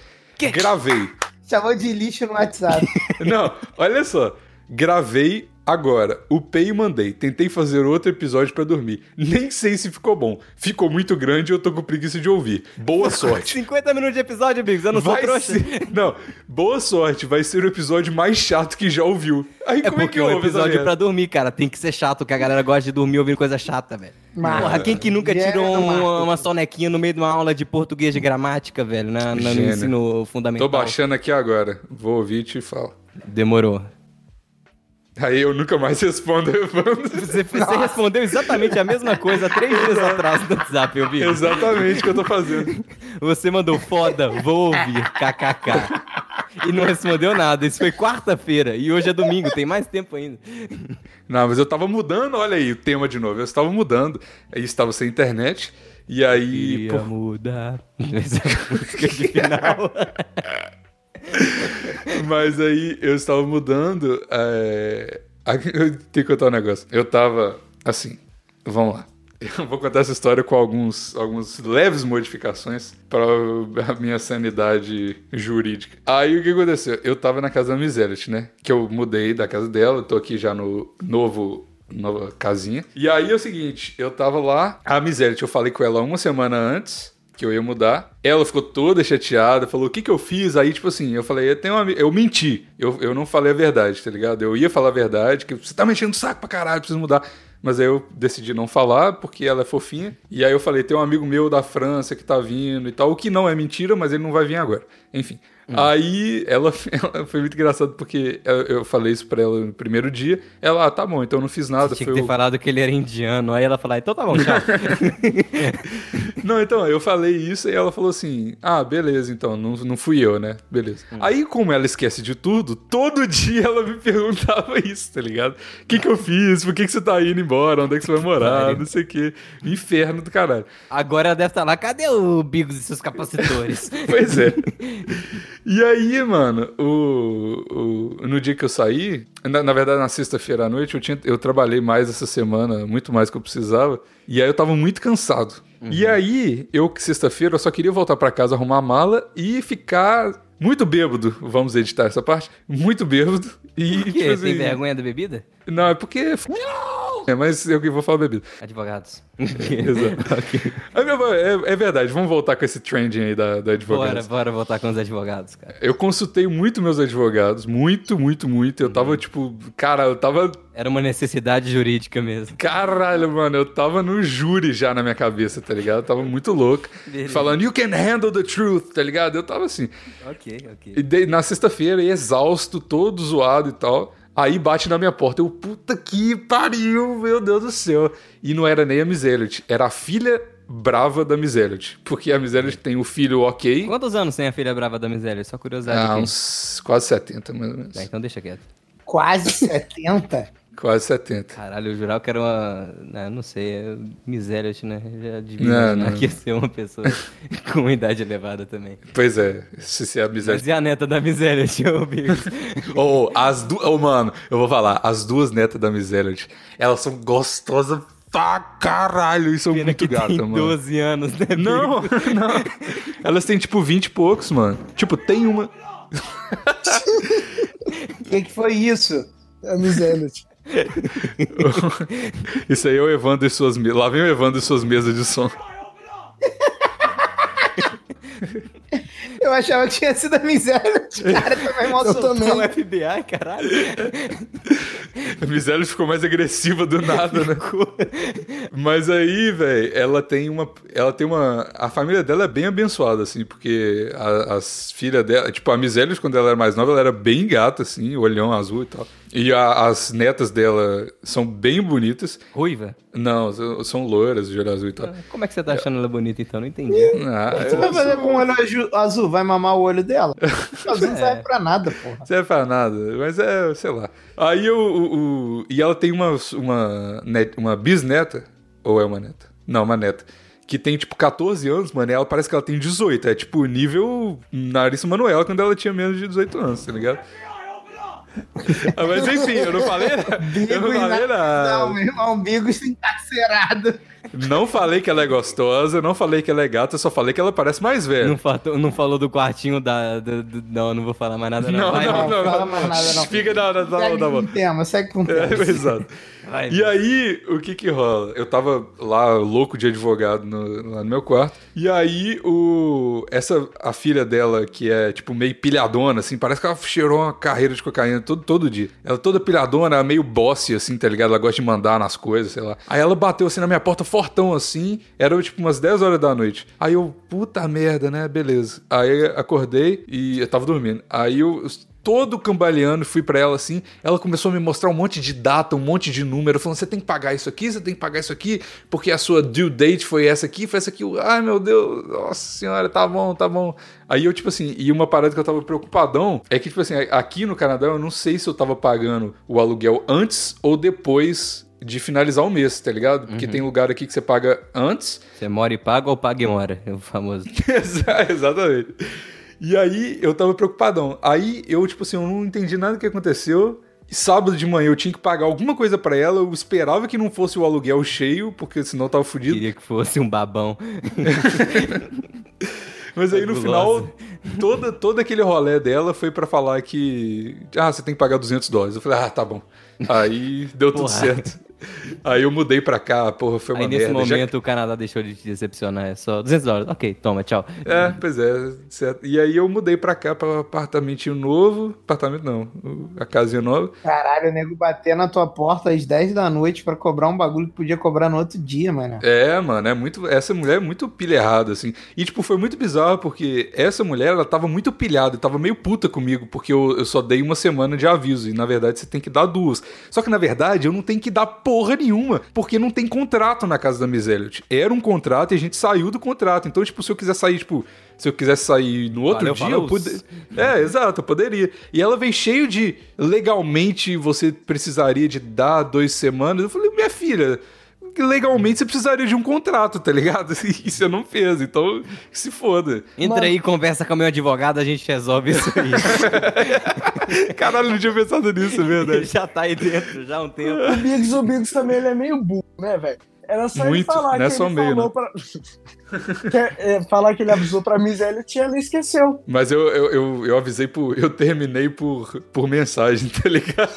Speaker 1: Gravei.
Speaker 2: Chamou de lixo no WhatsApp.
Speaker 1: Não, olha só. Gravei agora, upei e mandei. Tentei fazer outro episódio pra dormir. Nem sei se ficou bom. Ficou muito grande e eu tô com preguiça de ouvir. Boa sorte.
Speaker 3: 50 minutos de episódio, amigos. Eu assim, não sou
Speaker 1: Vai
Speaker 3: trouxa.
Speaker 1: ser... Não, boa sorte. Vai ser o episódio mais chato que já ouviu. Aí
Speaker 3: É
Speaker 1: como é que
Speaker 3: porque o
Speaker 1: eu
Speaker 3: episódio pra dormir, cara, tem que ser chato, que a galera gosta de dormir ouvindo coisa chata, velho.
Speaker 2: Marco.
Speaker 3: Porra, quem que nunca
Speaker 2: Gênero
Speaker 3: tirou um-
Speaker 2: Marco.
Speaker 3: uma sonequinha no meio de uma aula de português de gramática, velho, na, na- no
Speaker 1: Gênero.
Speaker 3: ensino fundamental?
Speaker 1: Tô baixando aqui agora. Vou ouvir e te falo.
Speaker 3: Demorou.
Speaker 1: Aí eu nunca mais respondo, Evandro.
Speaker 3: Você, você respondeu exatamente a mesma coisa há três dias atrás no WhatsApp, eu vi.
Speaker 1: Exatamente o que eu tô fazendo.
Speaker 3: Você mandou foda, vou ouvir, kkk. E não respondeu nada. Isso foi quarta-feira e hoje é domingo, tem mais tempo ainda.
Speaker 1: Não, mas eu tava mudando, olha aí o tema de novo. Eu estava mudando. Aí estava sem internet. E aí.
Speaker 3: Queria
Speaker 1: pô,
Speaker 3: mudar. Essa é música de final.
Speaker 1: mas aí eu estava mudando. É... a- Eu tenho que contar um negócio. Eu tava assim. Vamos lá. Eu vou contar essa história com alguns, algumas leves modificações para a minha sanidade jurídica. Aí o que aconteceu? Eu tava na casa da Miselet, né? Que eu mudei da casa dela, eu tô aqui já no novo nova casinha. E aí é o seguinte, eu tava lá, a Miselet, eu falei com ela uma semana antes que eu ia mudar. Ela ficou toda chateada, falou: "O que que eu fiz?" Aí tipo assim, eu falei: "Eu tenho uma, eu menti. Eu, eu não falei a verdade, tá ligado? Eu ia falar a verdade, que você tá mexendo o saco pra caralho, preciso mudar." Mas aí eu decidi não falar, porque ela é fofinha. E aí eu falei, tem um amigo meu da França que tá vindo e tal, o que não é mentira, mas ele não vai vir agora. Enfim.
Speaker 3: Hum.
Speaker 1: Aí ela, ela- foi muito engraçado, porque eu, eu falei isso pra ela no primeiro dia. Ela, ah, tá bom, então eu não fiz nada.
Speaker 3: Tinha
Speaker 1: foi
Speaker 3: que ter
Speaker 1: o-
Speaker 3: falado que ele era indiano. Aí ela falou, então tá bom, tchau.
Speaker 1: Não, então, eu falei isso e ela falou assim: Ah, beleza, então, não, não fui eu, né? Beleza.
Speaker 3: Hum.
Speaker 1: Aí, como ela esquece de tudo, todo dia ela me perguntava isso, tá ligado? O que, que eu fiz? Por que, que você tá indo embora? Onde é que você vai morar?
Speaker 3: pariu.
Speaker 1: Não sei o quê. Inferno do caralho.
Speaker 3: Agora ela deve estar lá, cadê o Bigos e seus capacitores?
Speaker 1: Pois é. E aí, mano, o, o- no dia que eu saí, na, na verdade, na sexta-feira à noite, eu, tinha, eu trabalhei mais essa semana, muito mais que eu precisava. E aí eu tava muito cansado. E
Speaker 3: Uhum.
Speaker 1: aí, eu, que sexta-feira, eu só queria voltar pra casa, arrumar a mala e ficar muito bêbado. Vamos editar essa parte? Muito bêbado. E,
Speaker 3: Por
Speaker 1: tipo
Speaker 3: quê?
Speaker 1: assim,
Speaker 3: Tem vergonha da bebida?
Speaker 1: Não, é porque. é f- É, mas eu que vou falar bebida.
Speaker 3: Advogados.
Speaker 1: Exato. Aí, meu, é, é verdade, vamos voltar com esse trending aí da, da advogada.
Speaker 3: Bora, bora voltar com os advogados, cara.
Speaker 1: Eu consultei muito meus advogados, muito, muito, muito. Eu
Speaker 3: Uhum.
Speaker 1: tava tipo, cara, eu tava.
Speaker 3: Era uma necessidade jurídica mesmo.
Speaker 1: Caralho, mano, eu tava no júri já na minha cabeça, tá ligado? Eu tava muito louco.
Speaker 3: Beleza.
Speaker 1: Falando, you can handle the truth, tá ligado? Eu tava assim.
Speaker 3: Ok, ok.
Speaker 1: E daí, na sexta-feira, exausto, todo zoado e tal. Aí bate na minha porta. Eu, puta que pariu, meu Deus do céu. E não era nem a Miss Elliot, era a filha brava da Miss Elliot. Porque a Miss Elliot tem o filho ok.
Speaker 3: É. Quantos anos tem a filha brava da miséria? Só curiosidade.
Speaker 1: Ah,
Speaker 3: aqui.
Speaker 1: uns quase 70, mais ou menos.
Speaker 3: Tá, então deixa quieto.
Speaker 2: Quase 70.
Speaker 1: Quase 70.
Speaker 3: Caralho, eu jurava que era uma. Ah, não sei, é miséria, né? Já devia
Speaker 1: Não,
Speaker 3: imaginar
Speaker 1: não.
Speaker 3: que ia ser uma pessoa com idade elevada também.
Speaker 1: Pois é, se você é amizade.
Speaker 3: Mas e a neta da miséria, tio Bigos?
Speaker 1: Ou as duas. Ô, mano, eu vou falar, as duas netas da miséria, elas são gostosas pra caralho. E são
Speaker 3: Pena
Speaker 1: muito
Speaker 3: que
Speaker 1: gatas,
Speaker 3: tem
Speaker 1: mano.
Speaker 3: 12 anos, né? Bigos?
Speaker 1: Não, não. Elas têm tipo 20 e poucos, mano. Tipo, tem uma.
Speaker 2: O que, que foi isso?
Speaker 4: É miséria. tipo.
Speaker 1: Isso aí é o Evandro e suas mesas. Lá vem o Evandro e suas mesas de som.
Speaker 2: Eu achava que tinha sido a miséria. Cara, também mal
Speaker 4: Eu
Speaker 2: soltou.
Speaker 4: também.
Speaker 3: É o FBI, caralho.
Speaker 1: A miséria ficou mais agressiva do nada, né? Mas aí, velho, ela tem uma. Ela tem uma. A família dela é bem abençoada, assim, porque a- as filhas dela. Tipo, a Misélios, quando ela era mais nova, ela era bem gata, assim, olhão azul e tal. E a- as netas dela são bem bonitas.
Speaker 3: Ruiva?
Speaker 1: Não, são- são loiras, de olho azul e tal.
Speaker 3: Como é que você tá achando ela bonita então? Não entendi.
Speaker 1: Ah,
Speaker 2: O que Você vai
Speaker 1: eu-
Speaker 2: fazer com o olho aju- azul? Vai mamar o olho dela? O azul não serve pra nada, porra.
Speaker 1: Não serve pra nada, mas é, sei lá. Aí eu, o, o- e ela tem uma, uma, net- uma bisneta, ou é uma neta? Não, uma neta. Que tem, tipo, 14 anos, mano, e ela parece que ela tem 18. É, tipo, nível Nariz Manuel, quando ela tinha menos de 18 anos, tá ligado? Ah, Mas enfim, eu não falei nada. Eu não
Speaker 2: Bigos na-
Speaker 1: falei nada.
Speaker 2: Não, meu irmão, Bigos encarcerado.
Speaker 1: Não falei que ela é gostosa, não falei que ela é gata, só falei que ela parece mais velha.
Speaker 3: Não, fato- não falou do quartinho da, da- do- Não, não vou falar mais nada, não.
Speaker 1: Não,
Speaker 3: vai,
Speaker 1: não,
Speaker 2: não,
Speaker 1: não.
Speaker 2: fala
Speaker 1: não,
Speaker 2: mais nada, não.
Speaker 1: Fica na hora
Speaker 2: Segue
Speaker 1: da
Speaker 2: com
Speaker 1: mão.
Speaker 2: o tema, segue com o tema.
Speaker 1: É, exato.
Speaker 3: vai.
Speaker 1: E aí, o que que rola? Eu tava lá louco de advogado no, lá no meu quarto. E aí, o essa a filha dela que é tipo meio pilhadona assim, parece que ela cheirou uma carreira de cocaína todo, todo dia. Ela toda pilhadona, ela meio bosse assim, tá ligado? Ela gosta de mandar nas coisas, sei lá. Aí ela bateu assim na minha porta fortão assim, era tipo umas 10 horas da noite. Aí eu, puta merda, né? Beleza. Aí acordei e eu tava dormindo. Aí eu todo cambaleando, fui pra ela assim. Ela começou a me mostrar um monte de data, um monte de número, falando: você tem que pagar isso aqui, você tem que pagar isso aqui, porque a sua due date foi essa aqui, foi essa aqui. Ai meu Deus, nossa senhora, tá bom, tá bom. Aí eu, tipo assim, e uma parada que eu tava preocupadão é que, tipo assim, aqui no Canadá eu não sei se eu tava pagando o aluguel antes ou depois. De finalizar o mês, tá ligado? Porque tem lugar aqui que você paga antes
Speaker 3: Você é mora e paga ou paga e mora? É o famoso.
Speaker 1: Exa- Exatamente. E aí eu tava preocupadão. Aí eu, tipo assim, eu não entendi nada que aconteceu. E sábado de manhã eu tinha que pagar alguma coisa pra ela. Eu esperava que não fosse o aluguel cheio, porque senão eu tava fudido.
Speaker 3: Queria que fosse um babão.
Speaker 1: Mas aí no
Speaker 3: Fabulosa.
Speaker 1: final, toda, todo aquele rolê dela foi pra falar que. Ah, você tem que pagar 200 dólares. Eu falei, ah, tá bom. Aí deu tudo
Speaker 3: Porra.
Speaker 1: certo. Aí eu mudei pra cá, porra, foi uma
Speaker 3: Aí nesse
Speaker 1: merda. Já-
Speaker 3: momento o Canadá deixou de te decepcionar. É só 200 dólares. Ok, toma, tchau.
Speaker 1: É, pois é, certo. E aí eu mudei pra cá, pra um apartamentinho novo. Apartamento não, a casinha nova.
Speaker 2: Caralho, o nego bater na tua porta às 10 da noite pra cobrar um bagulho que podia cobrar no outro dia, mano.
Speaker 1: É, mano, é muito. Essa mulher é muito pilha errada, assim. E, tipo, foi muito bizarro, porque essa mulher, ela tava muito pilhada, tava meio puta comigo, porque eu, eu só dei uma semana de aviso. E, na verdade, você tem que dar duas. Só que, na verdade, eu não tenho que dar porra nenhuma, porque não tem contrato na casa da Miss Elliot. Era um contrato e a gente saiu do contrato. Então, tipo, se eu quiser sair, tipo, se eu quisesse sair no outro
Speaker 3: Valeu,
Speaker 1: dia,
Speaker 3: falou.
Speaker 1: eu poderia. É, exato, eu poderia. E ela veio cheio de legalmente você precisaria de dar duas semanas. Eu falei, minha filha, legalmente você precisaria de um contrato, tá ligado? E você não fez, então se foda.
Speaker 3: Entra aí, conversa com meu advogado, a gente resolve isso aí.
Speaker 1: Caralho, não tinha pensado nisso, é
Speaker 3: Ele
Speaker 1: verdade.
Speaker 3: já tá aí dentro já há um tempo.
Speaker 4: O Biggs, o Biggs também, ele é meio burro, né, velho? Era só ele
Speaker 1: Muito,
Speaker 4: falar
Speaker 1: não é
Speaker 4: que
Speaker 1: só
Speaker 4: ele
Speaker 1: meio,
Speaker 4: falou
Speaker 1: né?
Speaker 4: pra... que, é, falar que ele avisou pra Miss Elliot e ela esqueceu.
Speaker 1: Mas eu, eu, eu, eu avisei por. Eu terminei por, por mensagem, tá ligado?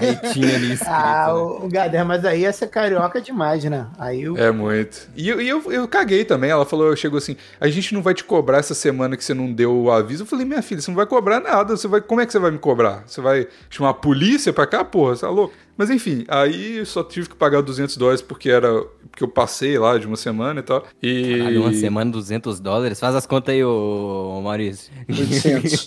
Speaker 3: Aí tinha ali escrito.
Speaker 2: Ah,
Speaker 3: né?
Speaker 2: o, o Gader, mas aí ia ser carioca demais, né? Aí o.
Speaker 1: É muito. E, eu- e eu, eu caguei também. Ela falou, eu chegou assim: a gente não vai te cobrar essa semana que você não deu o aviso. Eu falei, minha filha, você não vai cobrar nada. Você vai, como é que você vai me cobrar? Você vai chamar a polícia pra cá, porra? Você tá louco? Mas enfim, aí eu só tive que pagar 200 dólares porque era. Porque eu passei lá de uma semana e tal. E.
Speaker 3: Caralho, uma semana, 200 dólares. Faz as contas aí, ô Maurício.
Speaker 4: 800.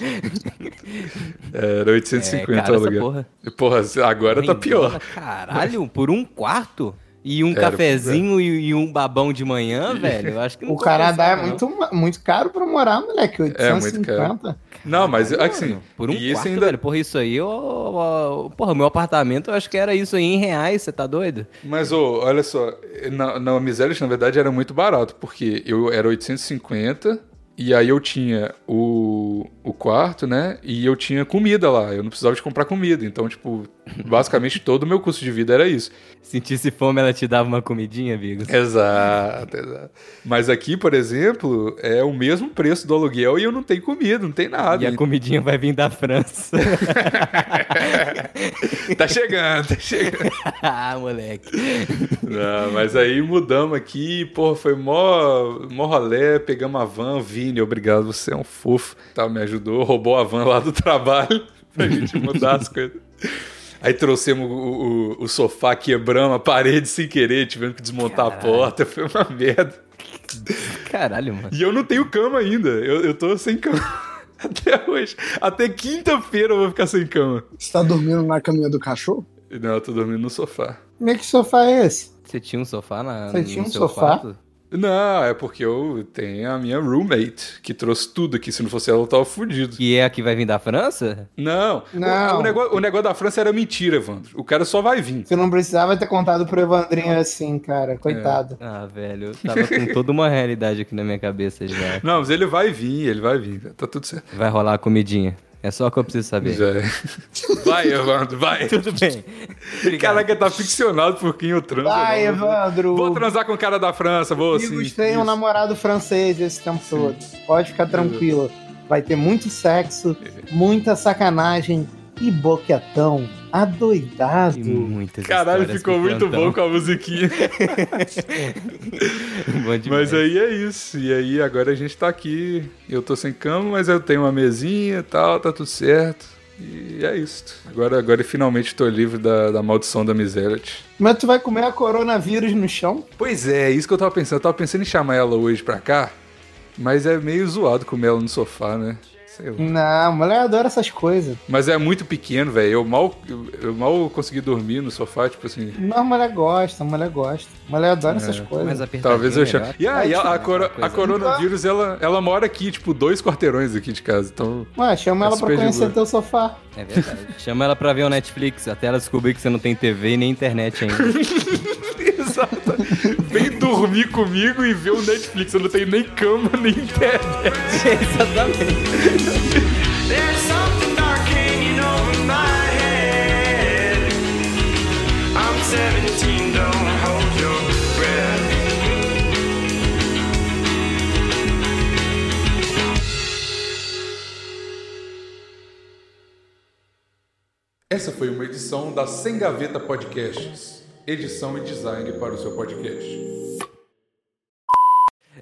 Speaker 1: Era 850
Speaker 3: caro É essa
Speaker 1: aluguel.
Speaker 3: porra. né,
Speaker 1: Porra, agora tá
Speaker 3: Vem
Speaker 1: pior.
Speaker 3: embora, Caralho, por um quarto? E um
Speaker 1: Era, é.
Speaker 3: cafezinho e, e um babão de manhã, velho? Eu acho que não
Speaker 2: O
Speaker 3: compensava,
Speaker 2: Canadá é
Speaker 3: não.
Speaker 2: muito, ma- muito caro pra morar, moleque.
Speaker 1: É, muito
Speaker 2: 850.
Speaker 1: caro. Não, mas assim.
Speaker 3: Mano, por um
Speaker 1: e isso
Speaker 3: quarto,
Speaker 1: ainda.
Speaker 3: velho. Porra, isso aí, eu, porra, meu apartamento, eu acho que era isso aí em reais, você tá doido?
Speaker 1: Mas, ô, olha só, na, na Miséria, na verdade, era muito barato, porque eu era 850 e aí eu tinha o, o quarto, né? E eu tinha comida lá, eu não precisava de comprar comida. Então, tipo, basicamente todo o meu custo de vida era isso.
Speaker 3: Sentisse fome, ela te dava uma comidinha, Bigos.
Speaker 1: Exato, exato. Mas aqui, por exemplo, é o mesmo preço do aluguel e eu não tenho comida, não tem nada.
Speaker 3: E a comidinha vai vir da França.
Speaker 1: Tá chegando, tá chegando.
Speaker 3: ah, moleque.
Speaker 1: Não, Ah, mas aí mudamos aqui, porra, foi mó, mó rolé, pegamos a van, Vini, obrigado, você é um fofo, tá, me ajudou, roubou a van lá do trabalho pra gente mudar as coisas. Aí trouxemos o, o- o sofá, quebramos a parede sem querer, tivemos que desmontar a
Speaker 3: Caralho.
Speaker 1: porta, foi uma merda.
Speaker 3: Caralho, mano.
Speaker 1: E eu não tenho cama ainda, eu, eu tô sem cama até hoje. Até quinta-feira eu vou ficar sem cama.
Speaker 4: Você tá dormindo na caminha do cachorro?
Speaker 1: Não, eu tô dormindo no sofá.
Speaker 2: Como é que sofá é esse?
Speaker 3: Você tinha um sofá na.
Speaker 2: Você
Speaker 3: no
Speaker 2: tinha um
Speaker 3: seu
Speaker 2: sofá?
Speaker 3: quarto?
Speaker 1: Não, é porque eu tenho a minha roommate, que trouxe tudo aqui. Se não fosse ela, eu tava fudido.
Speaker 3: Que é a que vai vir da França?
Speaker 1: Não,
Speaker 2: Não.
Speaker 1: O, o negócio, o negócio da França era mentira, Evandro. O cara só vai vir.
Speaker 2: Você não precisava ter contado pro Evandrinho assim, cara.
Speaker 1: É.
Speaker 2: Coitado.
Speaker 3: Ah, velho, eu tava com toda uma realidade aqui na minha cabeça já.
Speaker 1: Não, mas ele vai vir, ele vai vir. Tá tudo certo.
Speaker 3: Vai rolar a comidinha. É só o que eu preciso saber.
Speaker 1: Já é. Vai, Evandro, vai.
Speaker 3: Tudo bem. Obrigado.
Speaker 1: Caraca, tá ficcionado por quem eu transo.
Speaker 2: Ai,
Speaker 1: Evandro.
Speaker 2: Evandro.
Speaker 1: Vou transar com o cara da França, vou sim.
Speaker 2: amigos têm um
Speaker 1: Isso.
Speaker 2: namorado francês esse tempo todo. Pode ficar tranquilo. Vai ter muito sexo,
Speaker 1: É.
Speaker 2: muita sacanagem e boquetão adoidado.
Speaker 3: E muitas
Speaker 1: Caralho,
Speaker 3: histórias
Speaker 1: ficou
Speaker 3: pro
Speaker 1: muito
Speaker 3: plantão.
Speaker 1: bom com a musiquinha.
Speaker 3: Bom demais.
Speaker 1: Mas aí é isso. E aí agora a gente tá aqui. Eu tô sem cama, mas eu tenho uma mesinha e tal, tá tudo certo. E é isso. Agora, agora eu finalmente tô livre da, da maldição da miséria.
Speaker 2: Mas tu vai comer a coronavírus no chão?
Speaker 1: Pois é, é isso que eu tava pensando. Eu tava pensando em chamar ela hoje pra cá, mas é meio zoado comer ela no sofá, né? Sei lá.
Speaker 2: Não, mulher adora essas coisas.
Speaker 1: Mas é muito pequeno, velho. Eu mal, eu, eu mal consegui dormir no sofá, tipo assim.
Speaker 2: Mas mulher gosta, mulher gosta. Mulher adora
Speaker 1: É,
Speaker 2: essas
Speaker 3: Mais
Speaker 2: coisas.
Speaker 3: apertadinho, é
Speaker 1: Talvez eu
Speaker 3: melhor.
Speaker 1: chame. E aí, a, a,
Speaker 3: Ótimo,
Speaker 1: coro-
Speaker 3: né? Uma
Speaker 1: a
Speaker 3: coisa-
Speaker 1: coronavírus, ela, ela mora aqui, tipo, dois quarteirões aqui de casa. Então,
Speaker 2: Ué, chama
Speaker 1: É
Speaker 2: ela
Speaker 1: super
Speaker 2: pra
Speaker 1: de
Speaker 2: conhecer
Speaker 1: boa.
Speaker 2: teu sofá.
Speaker 3: É verdade. Chama ela pra ver o Netflix, até ela descobrir que você não tem TV e nem internet ainda.
Speaker 1: Exato. Vem dormir comigo e ver o Netflix. Eu não tenho nem cama, nem internet.
Speaker 3: Exatamente.
Speaker 5: There's something dark hanging over my head. I'm 17, don't hold your breath.
Speaker 1: Essa foi uma edição da Sem Gaveta Podcasts. Edição e design para o seu podcast.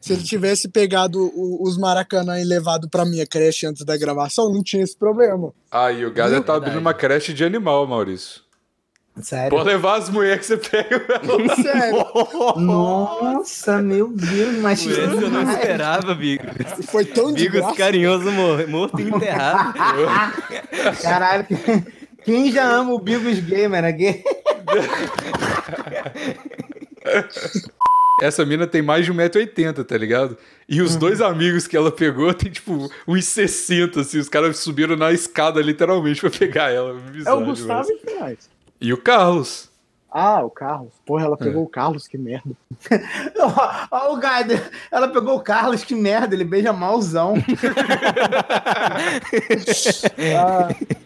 Speaker 4: Se ele tivesse pegado o- os Maracanã e levado pra minha creche antes da gravação, não tinha esse problema.
Speaker 1: Aí, o Gaza tá
Speaker 3: Verdade.
Speaker 1: abrindo uma creche de animal, Maurício.
Speaker 2: Sério.
Speaker 1: Pode levar as mulheres que você pega.
Speaker 4: Sério,
Speaker 2: Nossa, meu Deus, mas.
Speaker 3: Por isso eu não esperava, Bigos.
Speaker 4: foi tão de
Speaker 3: Bigos
Speaker 4: graça.
Speaker 3: carinhoso mor- morto e enterrado.
Speaker 2: Caralho, quem já ama o Bigos Gamer, né? Gay?
Speaker 1: Essa mina tem mais de 1,80m, tá ligado? E os dois amigos que ela pegou tem, tipo, uns 60, assim. Os caras subiram na escada, literalmente, pra pegar ela.
Speaker 4: É
Speaker 1: Bizarro
Speaker 4: o Gustavo
Speaker 1: demais.
Speaker 4: e Finais.
Speaker 1: E o Carlos.
Speaker 4: Ah, o Carlos. Porra, ela pegou o Carlos, que merda.
Speaker 2: Ó, ó o Gado, ela pegou o Carlos, que merda, ele beija malzão.
Speaker 4: Ah,